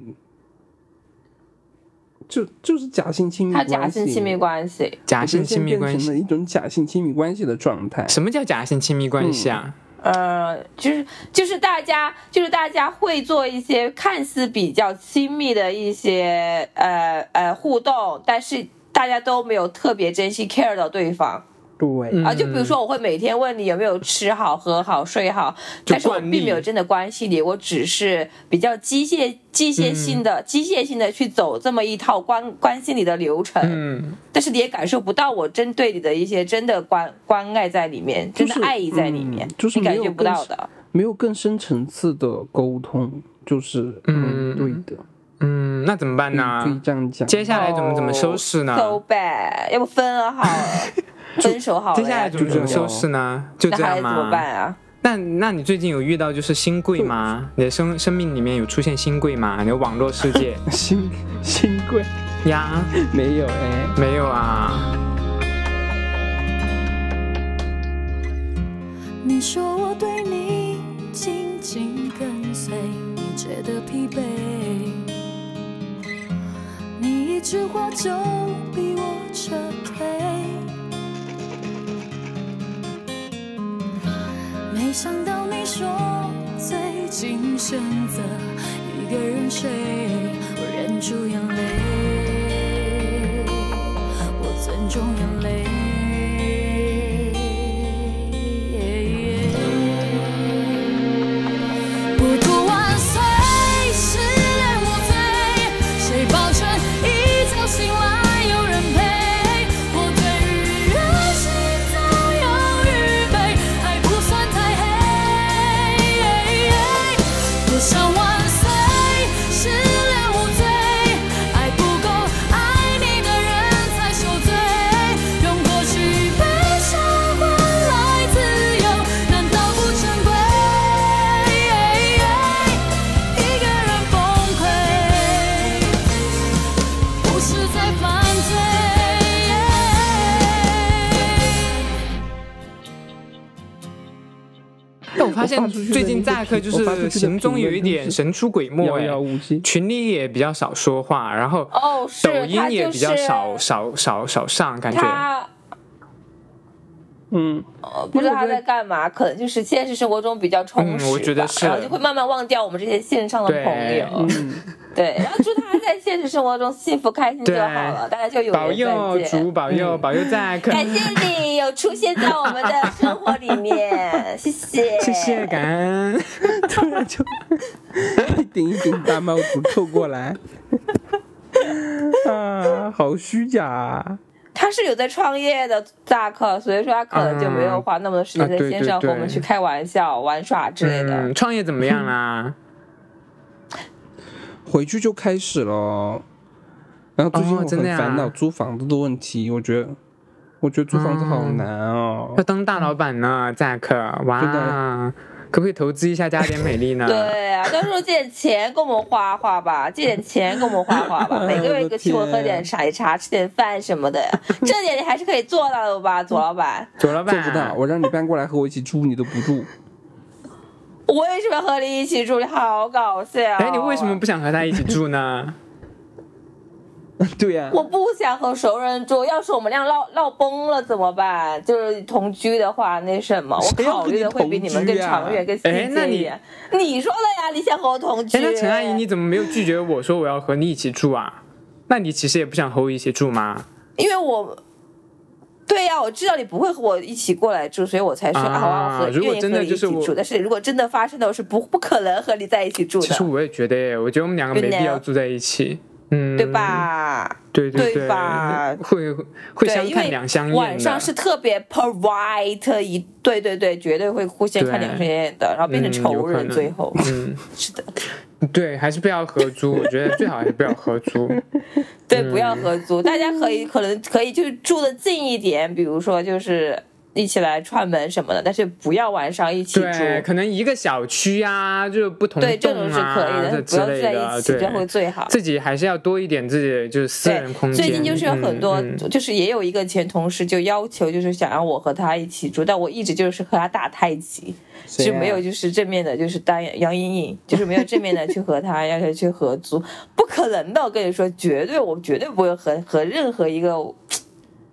就就是假性亲密
他
关系，
假性亲密关系，
假
我觉
性亲
得现在
密
变
关
成了
系。
一种假性亲密关系的状态。
什么叫假性亲密关系啊？
呃，就是就是大家就是大家会做一些看似比较亲密的一些呃呃互动，但是大家都没有特别珍惜 care 到对方。
对，
啊，就比如说我会每天问你有没有吃好、喝好、睡好，
就
但是我
惯
并
例
没有真的关心你，我只是比较机械、机械
嗯
性的、机械性的去走这么一套关关心你的流程，
嗯，
但是你也感受不到我针对你的一些真的关关爱在里面，
就是
真的爱意在里面，
嗯就是
你
没
感
有
觉不到的。
没有更深层次的沟通，就是
嗯
对的，
嗯，那怎么办呢？
可以这样讲。
接下来怎么怎么收拾呢？
So bad，要不分了
[LAUGHS]
好了，分手好了呀。
接下来怎么
就
怎么
这样
收拾呢？就
那
这
还
样
怎么
吗？
办啊？
那那你最近有遇到就是新贵吗？你的生生命里面有出现新贵吗？你的网络世界
[LAUGHS] 新新贵
呀？
没有哎，
没有啊，
你说我对你紧紧跟随，你觉得疲惫。你一句话就逼我撤退，没想到你说最近选择一个人睡，我忍住眼泪，我尊重眼泪。
现
我发出去的
最近
那个
Zack
评
就
我发出去
是
的
行踪
评
有
论
一
都
点
是
神出鬼没
遥
哎，
遥无期
群里也比较少说话，然后
哦是
抖音
他
也
就
比较
是
少少少少上，感觉
他
嗯，
呃不知道他在干嘛，可能就是现实生活中比较充实吧、
嗯我觉得是
然后就会慢慢忘掉我们这些线上的
对嗯
朋友，对，然后祝他在现实生活中幸福开心就
对
好了，大家就有
保
缘
佑
再见。
主保佑保佑 Zack，
感谢你有出现在我们的生活里面，谢谢，
谢谢感恩。
突然就 [LAUGHS] 一顶一顶大帽子凑过来，啊，好虚假啊！
他是有在创业的大克，所以说他可能就没
嗯
有花那么多
啊
时间在线上和我们去开玩笑、玩耍之类的。
嗯，创业怎么样
[LAUGHS]
啦？
回去就开始了。然后最近
哦
我
真
很
的呀
烦恼租房子的问题，我觉得，我觉得租房子好难哦。
要当大老板呢，Zack，
真的
哇，可不可以投资一下加点美丽呢？
[LAUGHS] 对啊，到时候借点钱给我们花花吧，借点钱给我们花花吧，每
[LAUGHS]
个月一个请我喝点奶茶、吃点饭什么的，这点你还是可以做到的吧，左老板？
左老
做不到，
板，
我让你搬过来和我一起住，你都
[LAUGHS]
不住。
我为什么要和你一起住？你好搞笑！
哎，你为什么？不想和他一起住
[LAUGHS]
呢？
对呀、
我不想和熟人住，要是我们俩闹闹崩了怎么办？就是同居的话，那什么，我
谁要
考
和
虑
你
的会比你们更长远、更细
哎那
致
你
一点。你说的呀，你想和我同居？
哎，那陈阿姨，你怎么没有拒绝我说我要和你一起住啊？那你其实也不想和我一起住吗？
因为我。对呀、我知道你不会和我一起过来住，所以我才说
啊
啊，我要和
如果
愿意
真的
和你
就
一
是
起
我
住。但是如果真的发生的，我是不不可能和你在一起住
其实
的，
我也觉得耶，我觉得我们两个没必要住在一起，嗯，
对？吧？
对对
对吧
会会
对，
相
因
看
为
两相厌的。
晚上是特别 polite 一，对对对，绝对会互相看两相厌的，然后变成
嗯有
仇
可
人，
能
最后。
嗯，
是的， [LAUGHS]
对，还是不要合租，我觉得最好还是不要合租。
对，不
嗯
要合租，大家可以可能可以就是住的近一点，比如说就是一起来串门什么的，但是不要晚上一起住。
对，可能一个小区啊，就是不同
对，这种
栋
是可以
啊
的，
这
但是不
之
要
类
在一
的，
起，这样
对
会，最好。
自己还是要多一点自己的就是私人空
对，
间。
最近就是有很多，
嗯嗯
就是也有一个前同事就要求，就是想让我和他一起住，但我一直就是和他打太极，
谁
就
呀
没有就是正面的，就是当杨颖颖，就是没有正面的去和他 [LAUGHS] 要求去合租，不可能的，我跟你说，绝对我绝对不会和和任何一个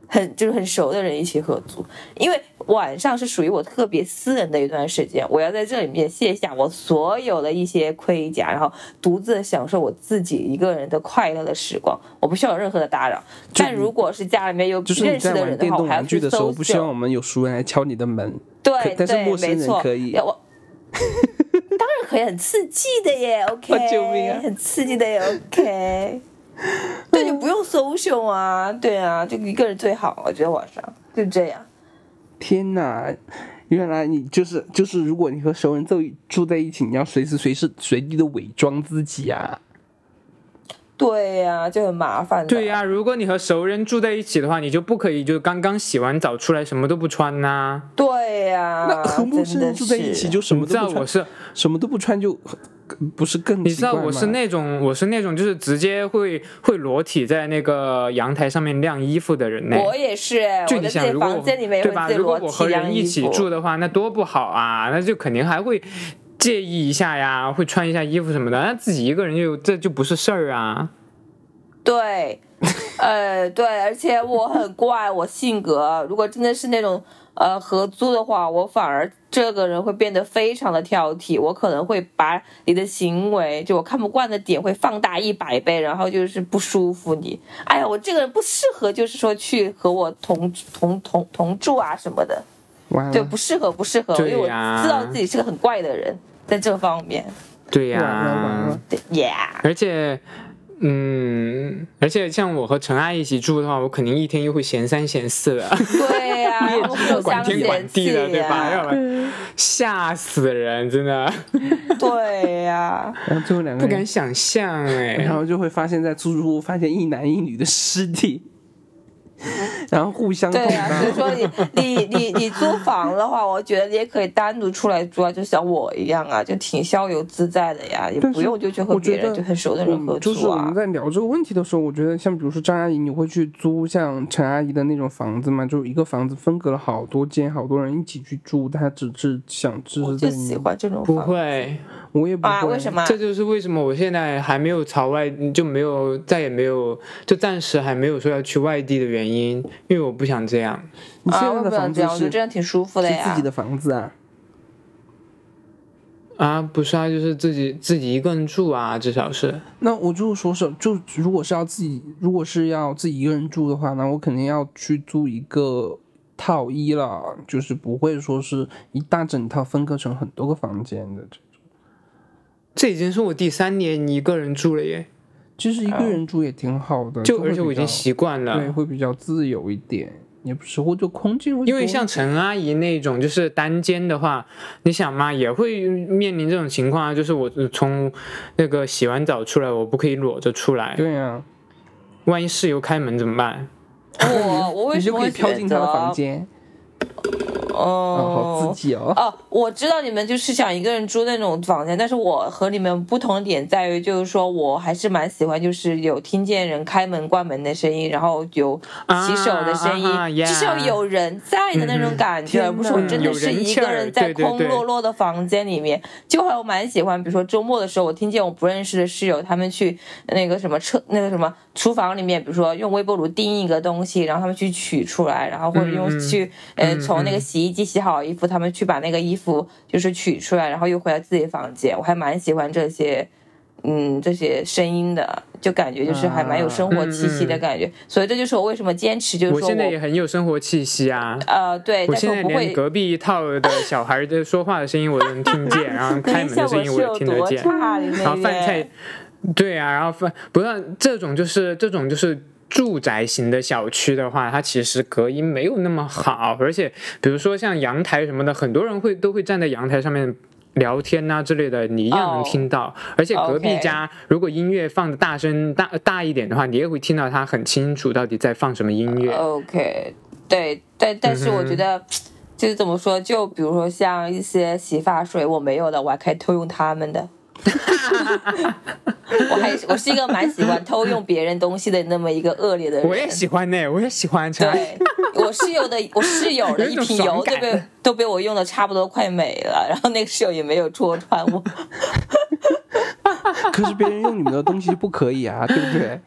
很就是很熟的人一起合租，因为晚上是属于我特别私人的一段时间，我要在这里面卸下我所有的一些盔甲，然后独自享受我自己一个人的快乐的时光，我不需要有任何的打扰。但如果是家里面有
就是
认
你
识
在
的
玩
人的
电
话，我
动
还要
玩具
去
的时候，
搜
不希望我
救。
们有熟人来敲你的门。可
对
但是
对，
陌生
没
人
错，
可以
要
[LAUGHS]
我当然可以，很刺激的耶
[LAUGHS] 我
，OK，
救命啊
很刺激的耶，OK。对，就不用搜救啊，对啊，就一个人最好，我觉得晚上就这样。
天哪！原来你就是就是，如果你和熟人住住在一起，你要随时随时随地的伪装自己啊。
对呀、就很麻烦的。
对呀、如果你和熟人住在一起的话，你就不可以就刚刚洗完澡出来什么都不穿呐、
对
啊
呀、
那和陌生人住在一起就什么
你知
都
道
不穿，
我是，
什么都不穿就不是更
你知道
奇怪吗
我是那种我是那种就是直接会会裸体在那个阳台上面晾衣服的人呢
真。的是我也是，
就
哎我
你
在自
想，
己
如果
房
我
间里面也
对吧
会？自己
如
裸
果我
体
和
晾
人一
衣
起
服。
住的话，那多不好啊！那就肯定还会介意一下呀，会穿一下衣服什么的。那自己一个人就这就不是事儿啊。
对，呃，对，而且我很怪，我性格如果真的是那种呃合租的话，我反而这个人会变得非常的挑剔，我可能会把你的行为，就我看不惯的点会放大一百倍，然后就是不舒服你。哎呀，我这个人不适合，就是说去和我同同同同住啊什么的，
完
对，
了
不适合，不适合，因
对
为我
呀
知道自己是个很怪的人，在这方面，
对呀、
完了完了，
对，yeah。
而且，嗯，而且像我和陈阿姨一起住的话，我肯定一天又会闲三闲四
[LAUGHS]
的，
对呀、啊，我们互
管
相
天管
嫌
地
弃
的，对吧？哎
呀
要不
嗯
然吓死人，真的
[LAUGHS]
对呀、
然后最后两个
不敢
人，
想象哎、
然后就会发现，在出租屋发现一男一女的尸体。
嗯
然后互相
对
捅
啊
呀、所以
刀。
说你你你你租房的话，我觉得你也可以单独出来住啊，就像我一样啊，就挺逍遥自在的呀，也
但
不
是
用就去和
我
别
觉
人
得
就很熟的
我
人
们
合
就是
住
我
啊
们。在聊这个问题的时候，我觉得像比如说张阿姨，你会去租像陈阿姨的那种房子吗？就一个房子分隔了好多间，好多人一起去住，她只是想只
我
是
就
在
喜
你，
欢这种
不
[LAUGHS]
房
会，
我也不
啊？
会
为什？么啊？
这就是为什么我现在还没有朝外，就没有再也没有，就暂时还没有说要去外地的原因，因为我不想这样。
你现在
啊，我
的
不
房
想
子
这样，我觉
是
得这样挺舒服的
是
呀。
自己的房子啊？
啊，不是啊，就是自己自己一个人住啊，至少是。
那我就说是，就如果是要自己，如果是要自己一个人住的话，那我肯定要去租一个套一了，就是不会说是一大整套分割成很多个房间的。
这已经是我第三年一个人住了耶，
其实一个人住也挺好的，
嗯就
会
而且我已
比较
经习惯
对，
了。
会比较自由一点，也不是，或者空间会
因为
多
像陈阿姨那种就是单间的话，你想嘛，也会面临这种情况啊，就是我从那个洗完澡出来，我不可以裸着出来，
对啊，
万一室友开门怎么办？
哦我我为
你
什
就
么
可
会
以飘
选
进他的房
择？
间，啊，
哦，
好刺激
[LAUGHS]
哦！
哦，我知道你们就是想一个人住那种房间，但是我和你们不同的点在于，就是说我还是蛮喜欢，就是有听见人开门、关门的声音，然后有洗手的声音，
啊啊，yeah
至少有人在的那种感
嗯
觉，
哼
而不是我真的是一个人
天哪有人气儿对
在
对
空
对
落落的房间里面。就还我蛮喜欢，比如说周末的时候，我听见我不认识的室友他们去那个什么车那个什么厨房里面，比如说用微波炉叮一个东西，然后他们去取出来，然后或者用
嗯嗯
去呃
嗯
从那
嗯
个洗衣机洗好衣服，他们去把那个衣服就是取出来，然后又回到自己房间。我还蛮喜欢这些，嗯，这些声音的，就感觉就是还蛮有生
嗯
活气息的感觉。所以这就是我为什么坚持，就是
我
说
现在
我
也很有生活气息啊。
呃对，
我
但是
现
我
在
不
连
会
隔壁一套的小孩的说话的声音我都能听见，然
[LAUGHS]
后开门的声音我也听得见。 [LAUGHS] 然后饭菜，对啊，然后饭不是这种就是这种就是住宅型的小区的话，它其实隔音没有那么好，而且比如说像阳台什么的，很多人会都会站在阳台上面。聊天呐、之类的，你一样能
哦
听到而且隔壁
OK
家如果音乐放的大声大大一点的话，你也会听到他很清楚到底在放什么音乐。
OK，对，但但是我
嗯
觉得。就是怎么说，就比如说像一些洗发水，我没有的，我还可以偷用他们的。 [LAUGHS] 我还我是一个蛮喜欢偷用别人东西的那么一个恶劣的人。
我也喜欢呢、我也喜欢陈阿姨
对，我室友的我室友的
有一
一
种
瓶
爽
油都
感
被都被我用的差不多快没了，然后那个室友也没有戳穿我。
可是别人用你们的东西就不可以啊，对不对？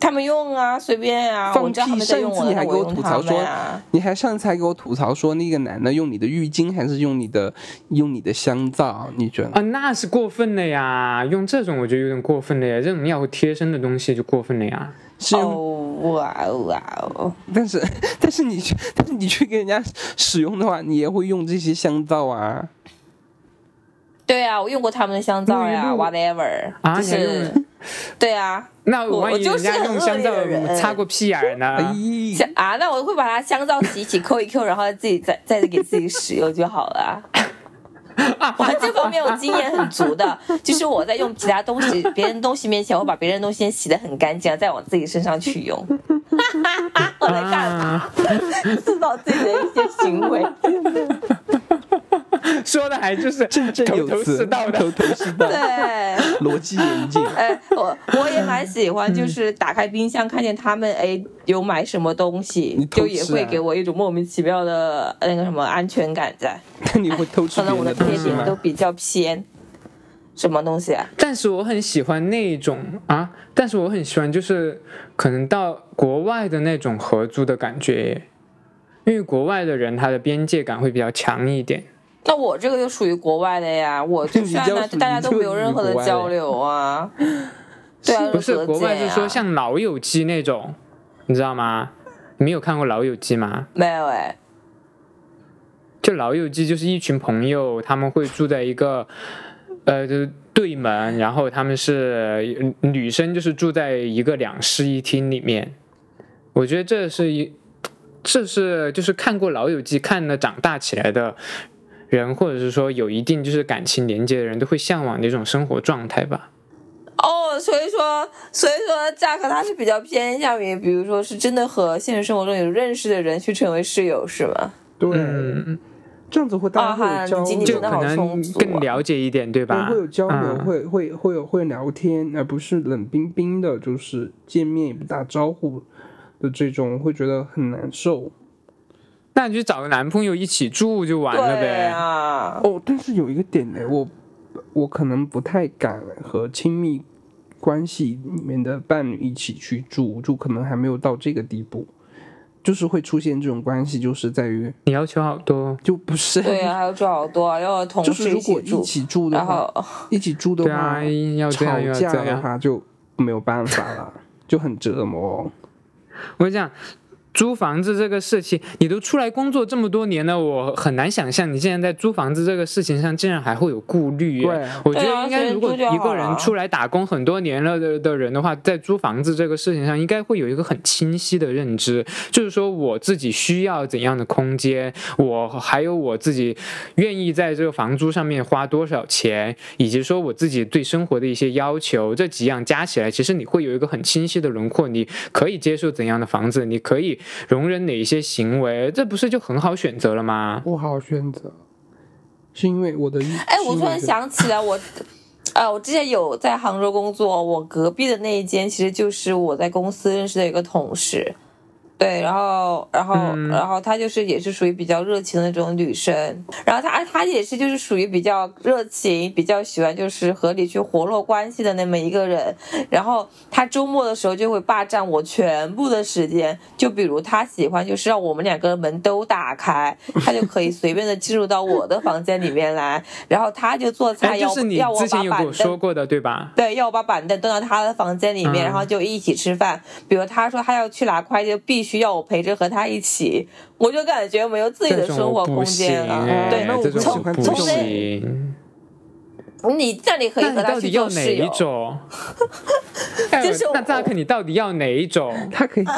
他们用啊，随便啊，我
放
知道他
屁！
们在
上
用
次
我
你
的，
还
那
给
我
我
用
吐
他
槽
们
说
啊。，
你还上次还给我吐槽说那个男的用你的浴巾还是用你的用你的香皂，你觉
哦
得？
啊，那是过分了呀！用这种我觉得有点过分了呀，这种要贴身的东西就过分了呀。
是用
哦哇哦哇哦！
但是但是你去但是你去给人家使用的话，你也会用这些香皂啊。
对啊，我用过他们的香皂呀
沐浴露
，whatever，
啊
就
你还
是
用，
[LAUGHS] 对啊，
那
我
万一
我就
人
是
家
个
用
恶
香
劣
皂
的人
擦过屁眼儿
哎
呢？，
像啊，那我会把它香皂洗一洗，扣一扣，然后自己再再给自己使用就好了
[LAUGHS]
啊。我这方面我经验很足的， [LAUGHS] 就是我在用其他东西、别人东西面前，我把别人东西先洗得很干净，再往自己身上去用。 [LAUGHS] 我
哎
在干嘛？ [LAUGHS]
啊，
制造自己的一些行为。
说的还就是
[LAUGHS] 振振
头
有
头
词，
是道的。
头头是 [LAUGHS] 道，
对。
逻辑严谨。
哎，我我也蛮喜欢，
嗯
就是打开冰箱看见他们哎有买什么东西
你，
就
偷
也
吃
会
啊
给我一种莫名其妙的呃那个什么安全感在。
那你会偷吃
[LAUGHS] 可
别
能我
人
的
东
偏
西
点都
吗？
比较偏什么东西啊？
但是我很喜欢那种啊，但是我很喜欢就是可能到国外的那种合租的感觉耶，因为国外的人他的边界感会比较强一点。
那我这个就属于国外的呀，我就
你
虽然
就
呢
属于
大家都没有任何
就
的
是
交
国外的
流啊，对啊，
不是
和解
国外是说
啊
像《老友记》那种，你知道吗？你没有看过《老友记》吗？
没有哎，
就《老友记》就是一群朋友，他们会住在一个呃就是对门，然后他们是呃女生，就是住在一个两室一厅里面。我觉得这是一，这是就是看过《老友记》看了长大起来的人，或者是说有一定就是感情连接的人都会向往的一种生活状态吧。
哦，后所以说所以说 Jack 他是比较偏向于，比如说是真的和现实生活中有认识的人去成为室友，是吗？
对，
嗯，
这样子会大家会有
啊
交
你
流，
你
就
真的
可
好
能
充足啊
更了解一点，对吧？
会有交流，
嗯
会会会有会聊天，而不是冷冰冰的，就是见面也不打招呼的这种，会觉得很难受。
那你就找个男朋友一起住就完了
对
呗。
啊，
哦，但是有一个点呢，我我可能不太敢和亲密关系里面的伴侣一起去住，就可能还没有到这个地步，就是会出现这种关系，就是在于
你要求好多，
就不是，
对啊，还要住好多啊，要和同
就是
事
如
一起
果一
住，
起住的
然
话，
后
一起住的
对
话，
啊，要这样又要
吵架
这
的
样。
话就没有办法了，就很折磨。
我讲租房子这个事情，你都出来工作这么多年了，我很难想象你竟然在租房子这个事情上竟然还会有顾虑耶。
对啊
我觉
对啊
得应该，如果
所以租就
一
好
个
了
人出来打工很多年了的的人的话，在租房子这个事情上，应该会有一个很清晰的认知，就是说我自己需要怎样的空间，我还有我自己愿意在这个房租上面花多少钱，以及说我自己对生活的一些要求，这几样加起来，其实你会有一个很清晰的轮廓，你可以接受怎样的房子，你可以容忍哪一些行为，这不是就很好选择了吗？
不好选择，是因为我的欲
哎，
是
我
因
突
为
然
这
想起来，我，呃，我之前有在杭州工作，我隔壁的那一间其实就是我在公司认识的一个同事，对，然后，然后，
嗯
然后她就是也是属于比较热情的那种女生，然后她她也是就是属于比较热情，比较喜欢就是和你去活络关系的那么一个人，然后她周末的时候就会霸占我全部的时间，就比如她喜欢就是让我们两个人门都打开，她就可以随便的进入到我的房间里面来，然后她就做菜
哎，
要、
就是你
要我
之
把
前有跟
板
我
凳
说过的，对吧？
对，要我把板凳端到他的房间里面，
嗯
然后就一起吃饭。比如他说他要去拿快递，必须要我陪着和他一起，我就感觉没有自己的
这
生
种
活
我
空
不行
间了。
哎，
对，
那我
这
不
种
喜欢
不
从从那
行。
你那你可以
那你
和他
到
去
底
做
要
室
哪
友
一。
[LAUGHS]
种？哎
就是
那
我
Zack，你到底要哪一种？
他可以，
啊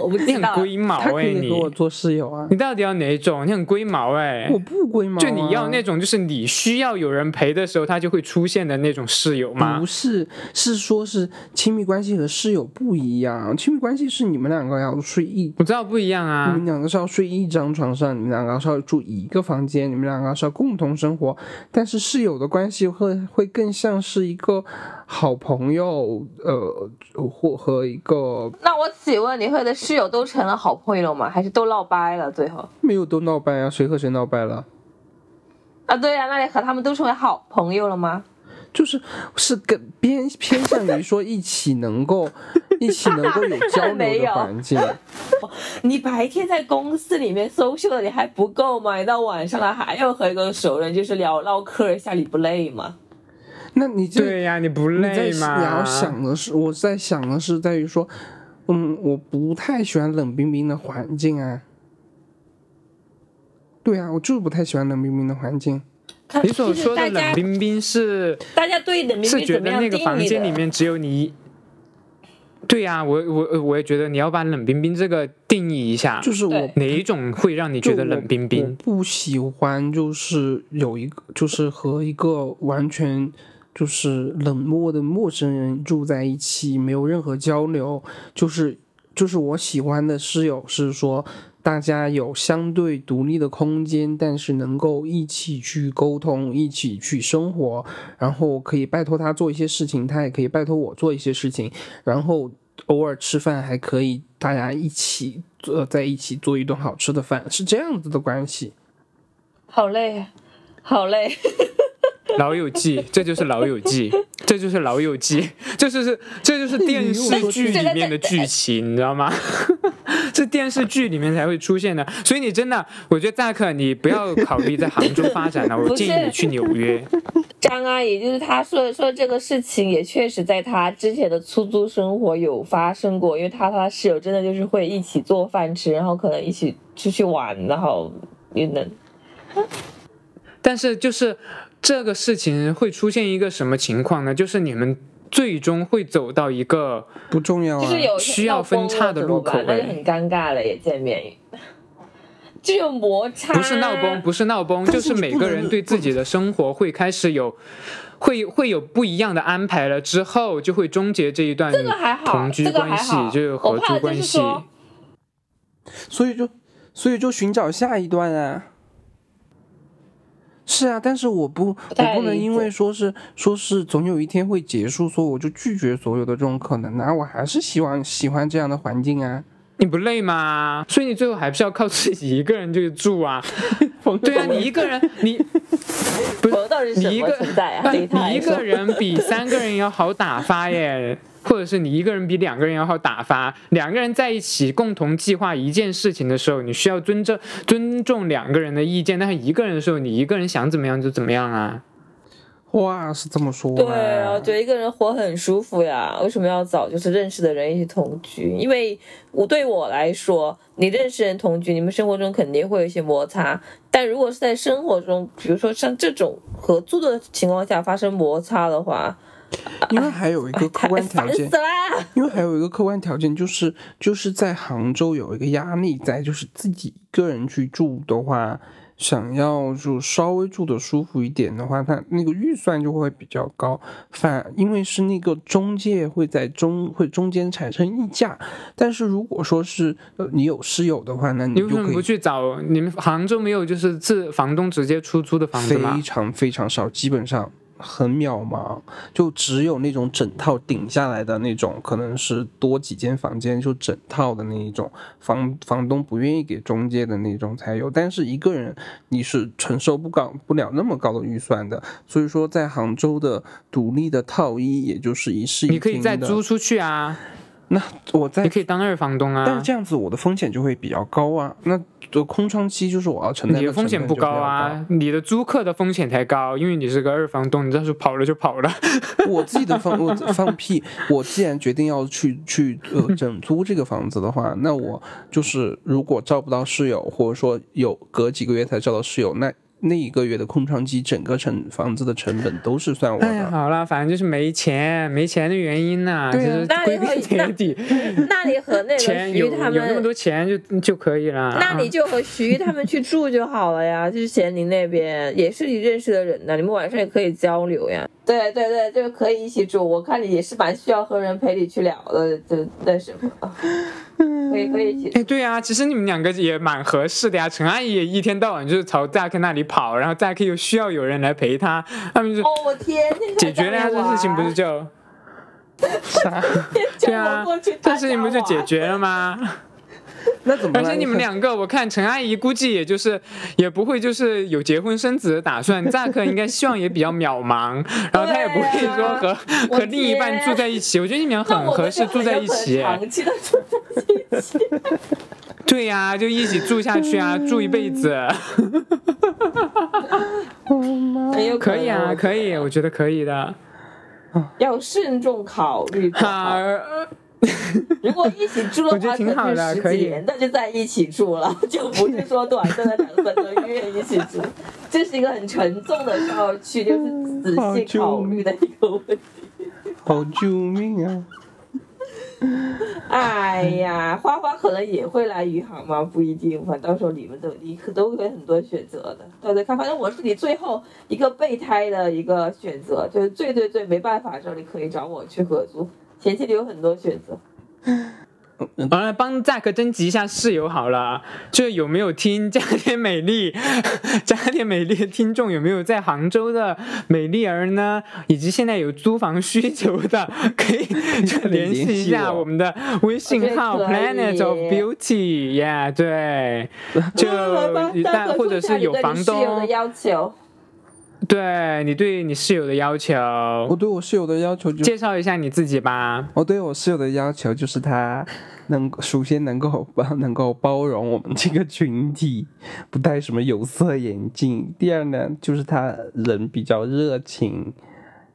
我不
你
知
很
道，
龟毛
他可
哎、
以
你
和我做室友啊
你。到底要哪一种？你很龟毛哎、
我不龟毛、啊，
就你
哦
要那种，就是你需要有人陪的时候，他就会出现的那种室友吗
不？是，是说是亲密关系和室友不一样。亲密关系是你们两个要睡一，
我知道不一样
你
啊
嗯
们，两个是要睡一张床上，你们两个是要住一个房间，你们两个是要共同生活。但是室友的关系会会更像是一个好朋友，呃，或和一个
那我请问你和你的室友都成了好朋友吗？还是都闹掰了？最后
没有都闹掰啊，谁和谁闹掰了？
啊，对呀、那你和他们都成为好朋友了吗？
就是是更偏偏向于说一起能够 [LAUGHS] 一起能够有交
没
流
有
的环境。
你白天在公司里面搜秀的你还不够吗？你到晚上了还要和一个熟人就是聊唠嗑一下，你不累吗？
那你这
对呀、你不
你在
累吗？
你要想的是，我在想的是在于说，嗯，我不太喜欢冷冰冰的环境啊。对啊，我就是不太喜欢冷冰冰的环境。
看
你所
就是
说
大
的
家
冷冰冰是
大家对冷冰
是
冰
觉
怎么
得
样
那
定
个房
义
间里
的？
面只有你一。对呀、我我我也觉得你要把冷冰冰这个定义一下，
就是我
对
哪一种会让你
就
觉得冷冰
我我
冰？
不喜欢就是有一个，就是和一个完全就是冷漠的陌生人住在一起，没有任何交流。就是就是我喜欢的室友是说，大家有相对独立的空间，但是能够一起去沟通，一起去生活，然后可以拜托他做一些事情，他也可以拜托我做一些事情，然后偶尔吃饭还可以大家一起呃在一起做一顿好吃的饭，是这样子的关系。
好累，啊好累。 [LAUGHS]
老友记，这就是老友记，这就是老友记，这就是这就是电视剧里面的剧情，你知道吗？ [LAUGHS] 这电视剧里面才会出现的，所以你真的，我觉得扎克，你不要考虑在杭州发展了，我
不是
建议你去纽约。
张阿姨就是她说说这个事情，也确实在她之前的出租生活有发生过，因为她和她室友真的就是会一起做饭吃，然后可能一起出去玩，然后也能
但是就是这个事情会出现一个什么情况呢？就是你们最终会走到一个
不重要啊，
就是有
需要分叉的路口
闹崩了怎么办那
哎
就很尴尬了，也见面。 [LAUGHS] 就有摩擦，啊
不是闹崩，不是闹崩，就是每个人对自己的生活会开始有，会会有不一样的安排了，之后就会终结这一段
这个还好，
同居
这个
关
还
系，
好，
就是
我
合
怕
租
的就
关
是
系。
说，
所以就所以就寻找下一段啊。是啊，但是我不，我
太
不能
理
因
解
为说是说是总有一天会结束，所以我就拒绝所有的这种可能啊。我还是希望喜欢这样的环境啊。
你不累吗？所以你最后还是要靠自己一个人去住啊。对啊，你一个人，
[LAUGHS]
你不
朋友
是
到底是
你
什
一
么
个
存在啊？
不
对于他
你一
来说
个人比三个人要好打发耶，或者是你一个人比两个人要好打发。两个人在一起共同计划一件事情的时候，你需要尊重尊重两个人的意见，但是一个人的时候，你一个人想怎么样就怎么样啊。
话是这么说吗？
对啊，我觉得一个人活很舒服呀。为什么要找就是认识的人一起同居？因为我对我来说，你认识人同居，你们生活中肯定会有一些摩擦。但如果是在生活中，比如说像这种合租的情况下发生摩擦的话，
因为还有一个客
哎太
观条
烦
件
死，啦！
因为还有一个客观条件就是，就是在杭州有一个压力在，就是自己一个人去住的话，想要就稍微住的舒服一点的话，它那个预算就会比较高。反因为是那个中介会在中会中间产生溢价，但是如果说是呃你有室友的话，那你
你
就
为什么
嗯可
不
以。
去找你们杭州没有就是自房东直接出租的房子
非
吗？
常非常少，基本上很渺茫，就只有那种整套顶下来的那种，可能是多几间房间就整套的那一种，房房东不愿意给中介的那种才有。但是一个人你是承受不高不了那么高的预算的，所以说在杭州的独立的套一，也就是一室一
你可以
厅
再
的
租。出去啊，
那我在
你可以当二房东啊。
但是这样子我的风险就会比较高啊。那这空窗期就是我要承担
你的
的
风险
成
不
本就比
高
较
啊，你的租客的风险才高，因为你是个二房东，你到时候跑了就跑了。
我自己的放我放屁，我既然决定要去去呃整租这个房子的话，那我就是如果招不到室友，或者说有隔几个月才招到室友，那那一个月的空窗期，整个成房子的成本都是算我
[LAUGHS] 哎呀，
的。
好了，反正就是没钱，没钱的原因呐、就
对啊
是
那
归
你
根
会
结
那 [LAUGHS]
底，
那你和那个
钱
徐
有
他
有那么
们，
多钱就就可以了。
[LAUGHS] 那你
啊
就和徐他们去住就好了呀。 [LAUGHS] 就是咸宁那边也是你认识的人呐，你们晚上也可以交流呀。对对对，就可以一起住。我看你也是蛮需要和人陪你去聊的，就那什么，
[LAUGHS]
可以可以一起。
哎，对啊，其实你们两个也蛮合适的呀。陈阿姨也一天到晚就是朝大 K 那里跑，然后大 K 又需要有人来陪她，他们就是
哦，我天天
[LAUGHS] 解决了呀，这事情不是
[LAUGHS]
就
啥？
对啊，这事情不就解
决？
决了吗？
[LAUGHS] 那怎么
而
办？
且你们两个，我看陈阿姨估计也就是也不会就是有结婚生子的打算，扎克应该希望也比较渺
[LAUGHS]
茫，然后他也不会说和、
啊我
和另一半住在一起。我觉得你们俩
那
很
我们
合适
就
住在
很
一起，
长期的住在一起
[LAUGHS] 对呀、就一起住下去啊，住一辈
[LAUGHS]
子，
很有
可以啊，
能
可以，我觉得可以的。啊
要慎重考虑就
好、
好。如果一起住
我
的
觉得
话，
挺好的
可是
可
十
以
几年，那就在一起住了， [LAUGHS] 就不是说短暂的两三个月一起住。 [LAUGHS] 这是一个很沉重的需要去
嗯
就是仔
好
细
久
考虑的一个问
[LAUGHS]
题。
好救命啊！
哎呀，花花可能也会来余杭吗？不一定吧，到时候你们都你可都会有很多选择的，到时候看。反正我是你最后一个备胎的一个选择，就是最最最没办法的时候，你可以找我去合租。前期你有很多选择，
嗯
完了，呃帮 Zack 征集一下室友好了，就是有没有听加点美丽， [LAUGHS] 加点美丽的听众有没有在杭州的美丽儿呢？以及现在有租房需求的，可以就 [LAUGHS] 联系一下我们的微信号
我觉得可以
Planet of Beauty，yeah，对，
[LAUGHS]
就
大
但
可
呃或者是有房
室友的
东，
要求，
对你对你室友的要
我
求，
对我室友的要求就
介绍一下你自己吧。
我哦对我室友的要求就是他能首先能够包能够包容我们这个群体，不戴什么有色眼镜。第二呢，就是他人比较热情。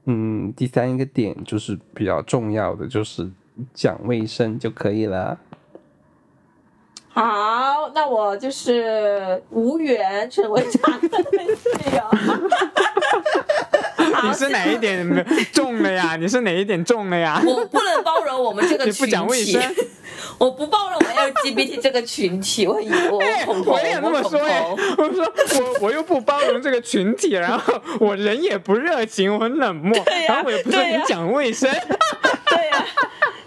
嗯，第三一个点就是比较重要的，就是讲卫生就可以了。
好，那我就是无缘成为他的室友。好
你是哪一点没中了呀？你是哪一点中了呀？
我不能包容我们这个
你
群体，
不讲卫生，
我不包容我 LGBT 这个群体，我
[LAUGHS]
以我我恐同，
哎我也想这么
我
说
恐
哎，
同。
我说我我又不包容这个群体，然后我人也不热情，我很冷漠，
对呀
然后我也不是
对呀
很讲卫生。
对呀、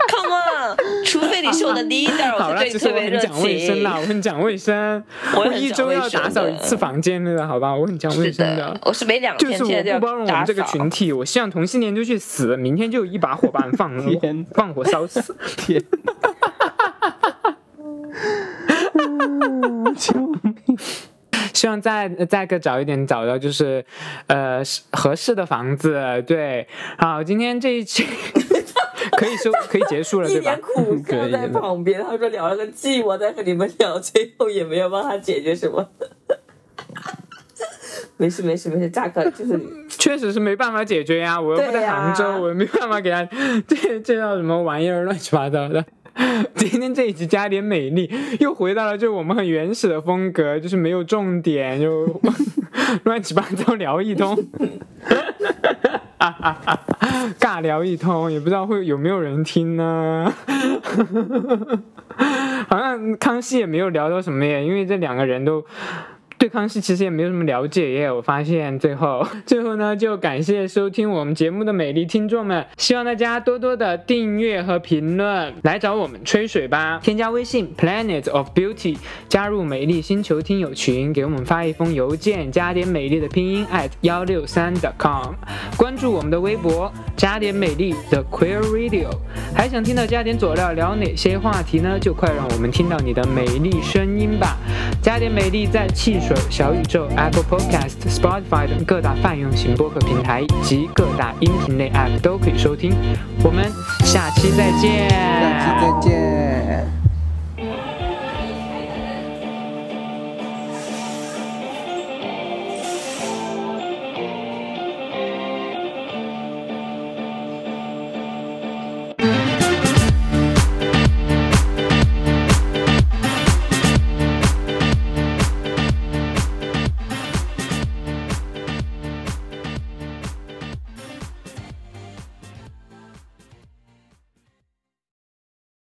c o m e on，除非你
[LAUGHS]
是我的 leader，
好
我就
啦，
对
其
你
实
特
我
别
很
热
讲卫生
情。
啦，我很讲卫生，
我也很
一
讲
周
卫
要
生
打扫一
的
次房间的，好吧，我很讲卫
是
生
的，我是每两
就
天
是我
现在
不包
就
容我
要
们
打
这个
扫。
群体，我希望同性恋就去死，明天就一把火把你放
天
放火烧死。
天， [LAUGHS] 嗯救命！
希望再再个早一点找到就是，呃，是合适的房子。对，好，今天这一期可以收可以结束了，
一
对吧 [LAUGHS]
脸？苦笑在旁边，他说聊了个季，我在和你们聊，最后也没有帮他解决什么。没事没事没事，大哥就是你
确实是没办法解决呀，我又不
对
在
呀
杭州，我没办法给他 [LAUGHS] 介介绍什么玩意儿乱七八糟的。 [LAUGHS] 今天这一集加点美丽，又回到了就我们很原始的风格，就是没有重点，就 [LAUGHS] 乱七八糟聊一通， [LAUGHS] 尬聊一通，也不知道会有没有人听呢。 [LAUGHS] 好像康熙也没有聊到什么耶，因为这两个人都对康熙其实也没有什么了解耶。我发现最后， [LAUGHS] 最后呢，就感谢收听我们节目的美丽听众们，希望大家多多的订阅和评论，来找我们吹水吧。添加微信 Planet of Beauty，加入美丽星球听友群，给我们发一封邮件，加点美丽的拼音 at 幺六三 .com，关注我们的微博加点美丽的 Queer Radio。还想听到加点佐料聊哪些话题呢？就快让我们听到你的美丽声音吧。加点美丽在汽水、小宇宙、Apple Podcast、Spotify 等各大泛用型播客平台以及各大音频类 App 都可以收听。我们下期再见，
下期再见。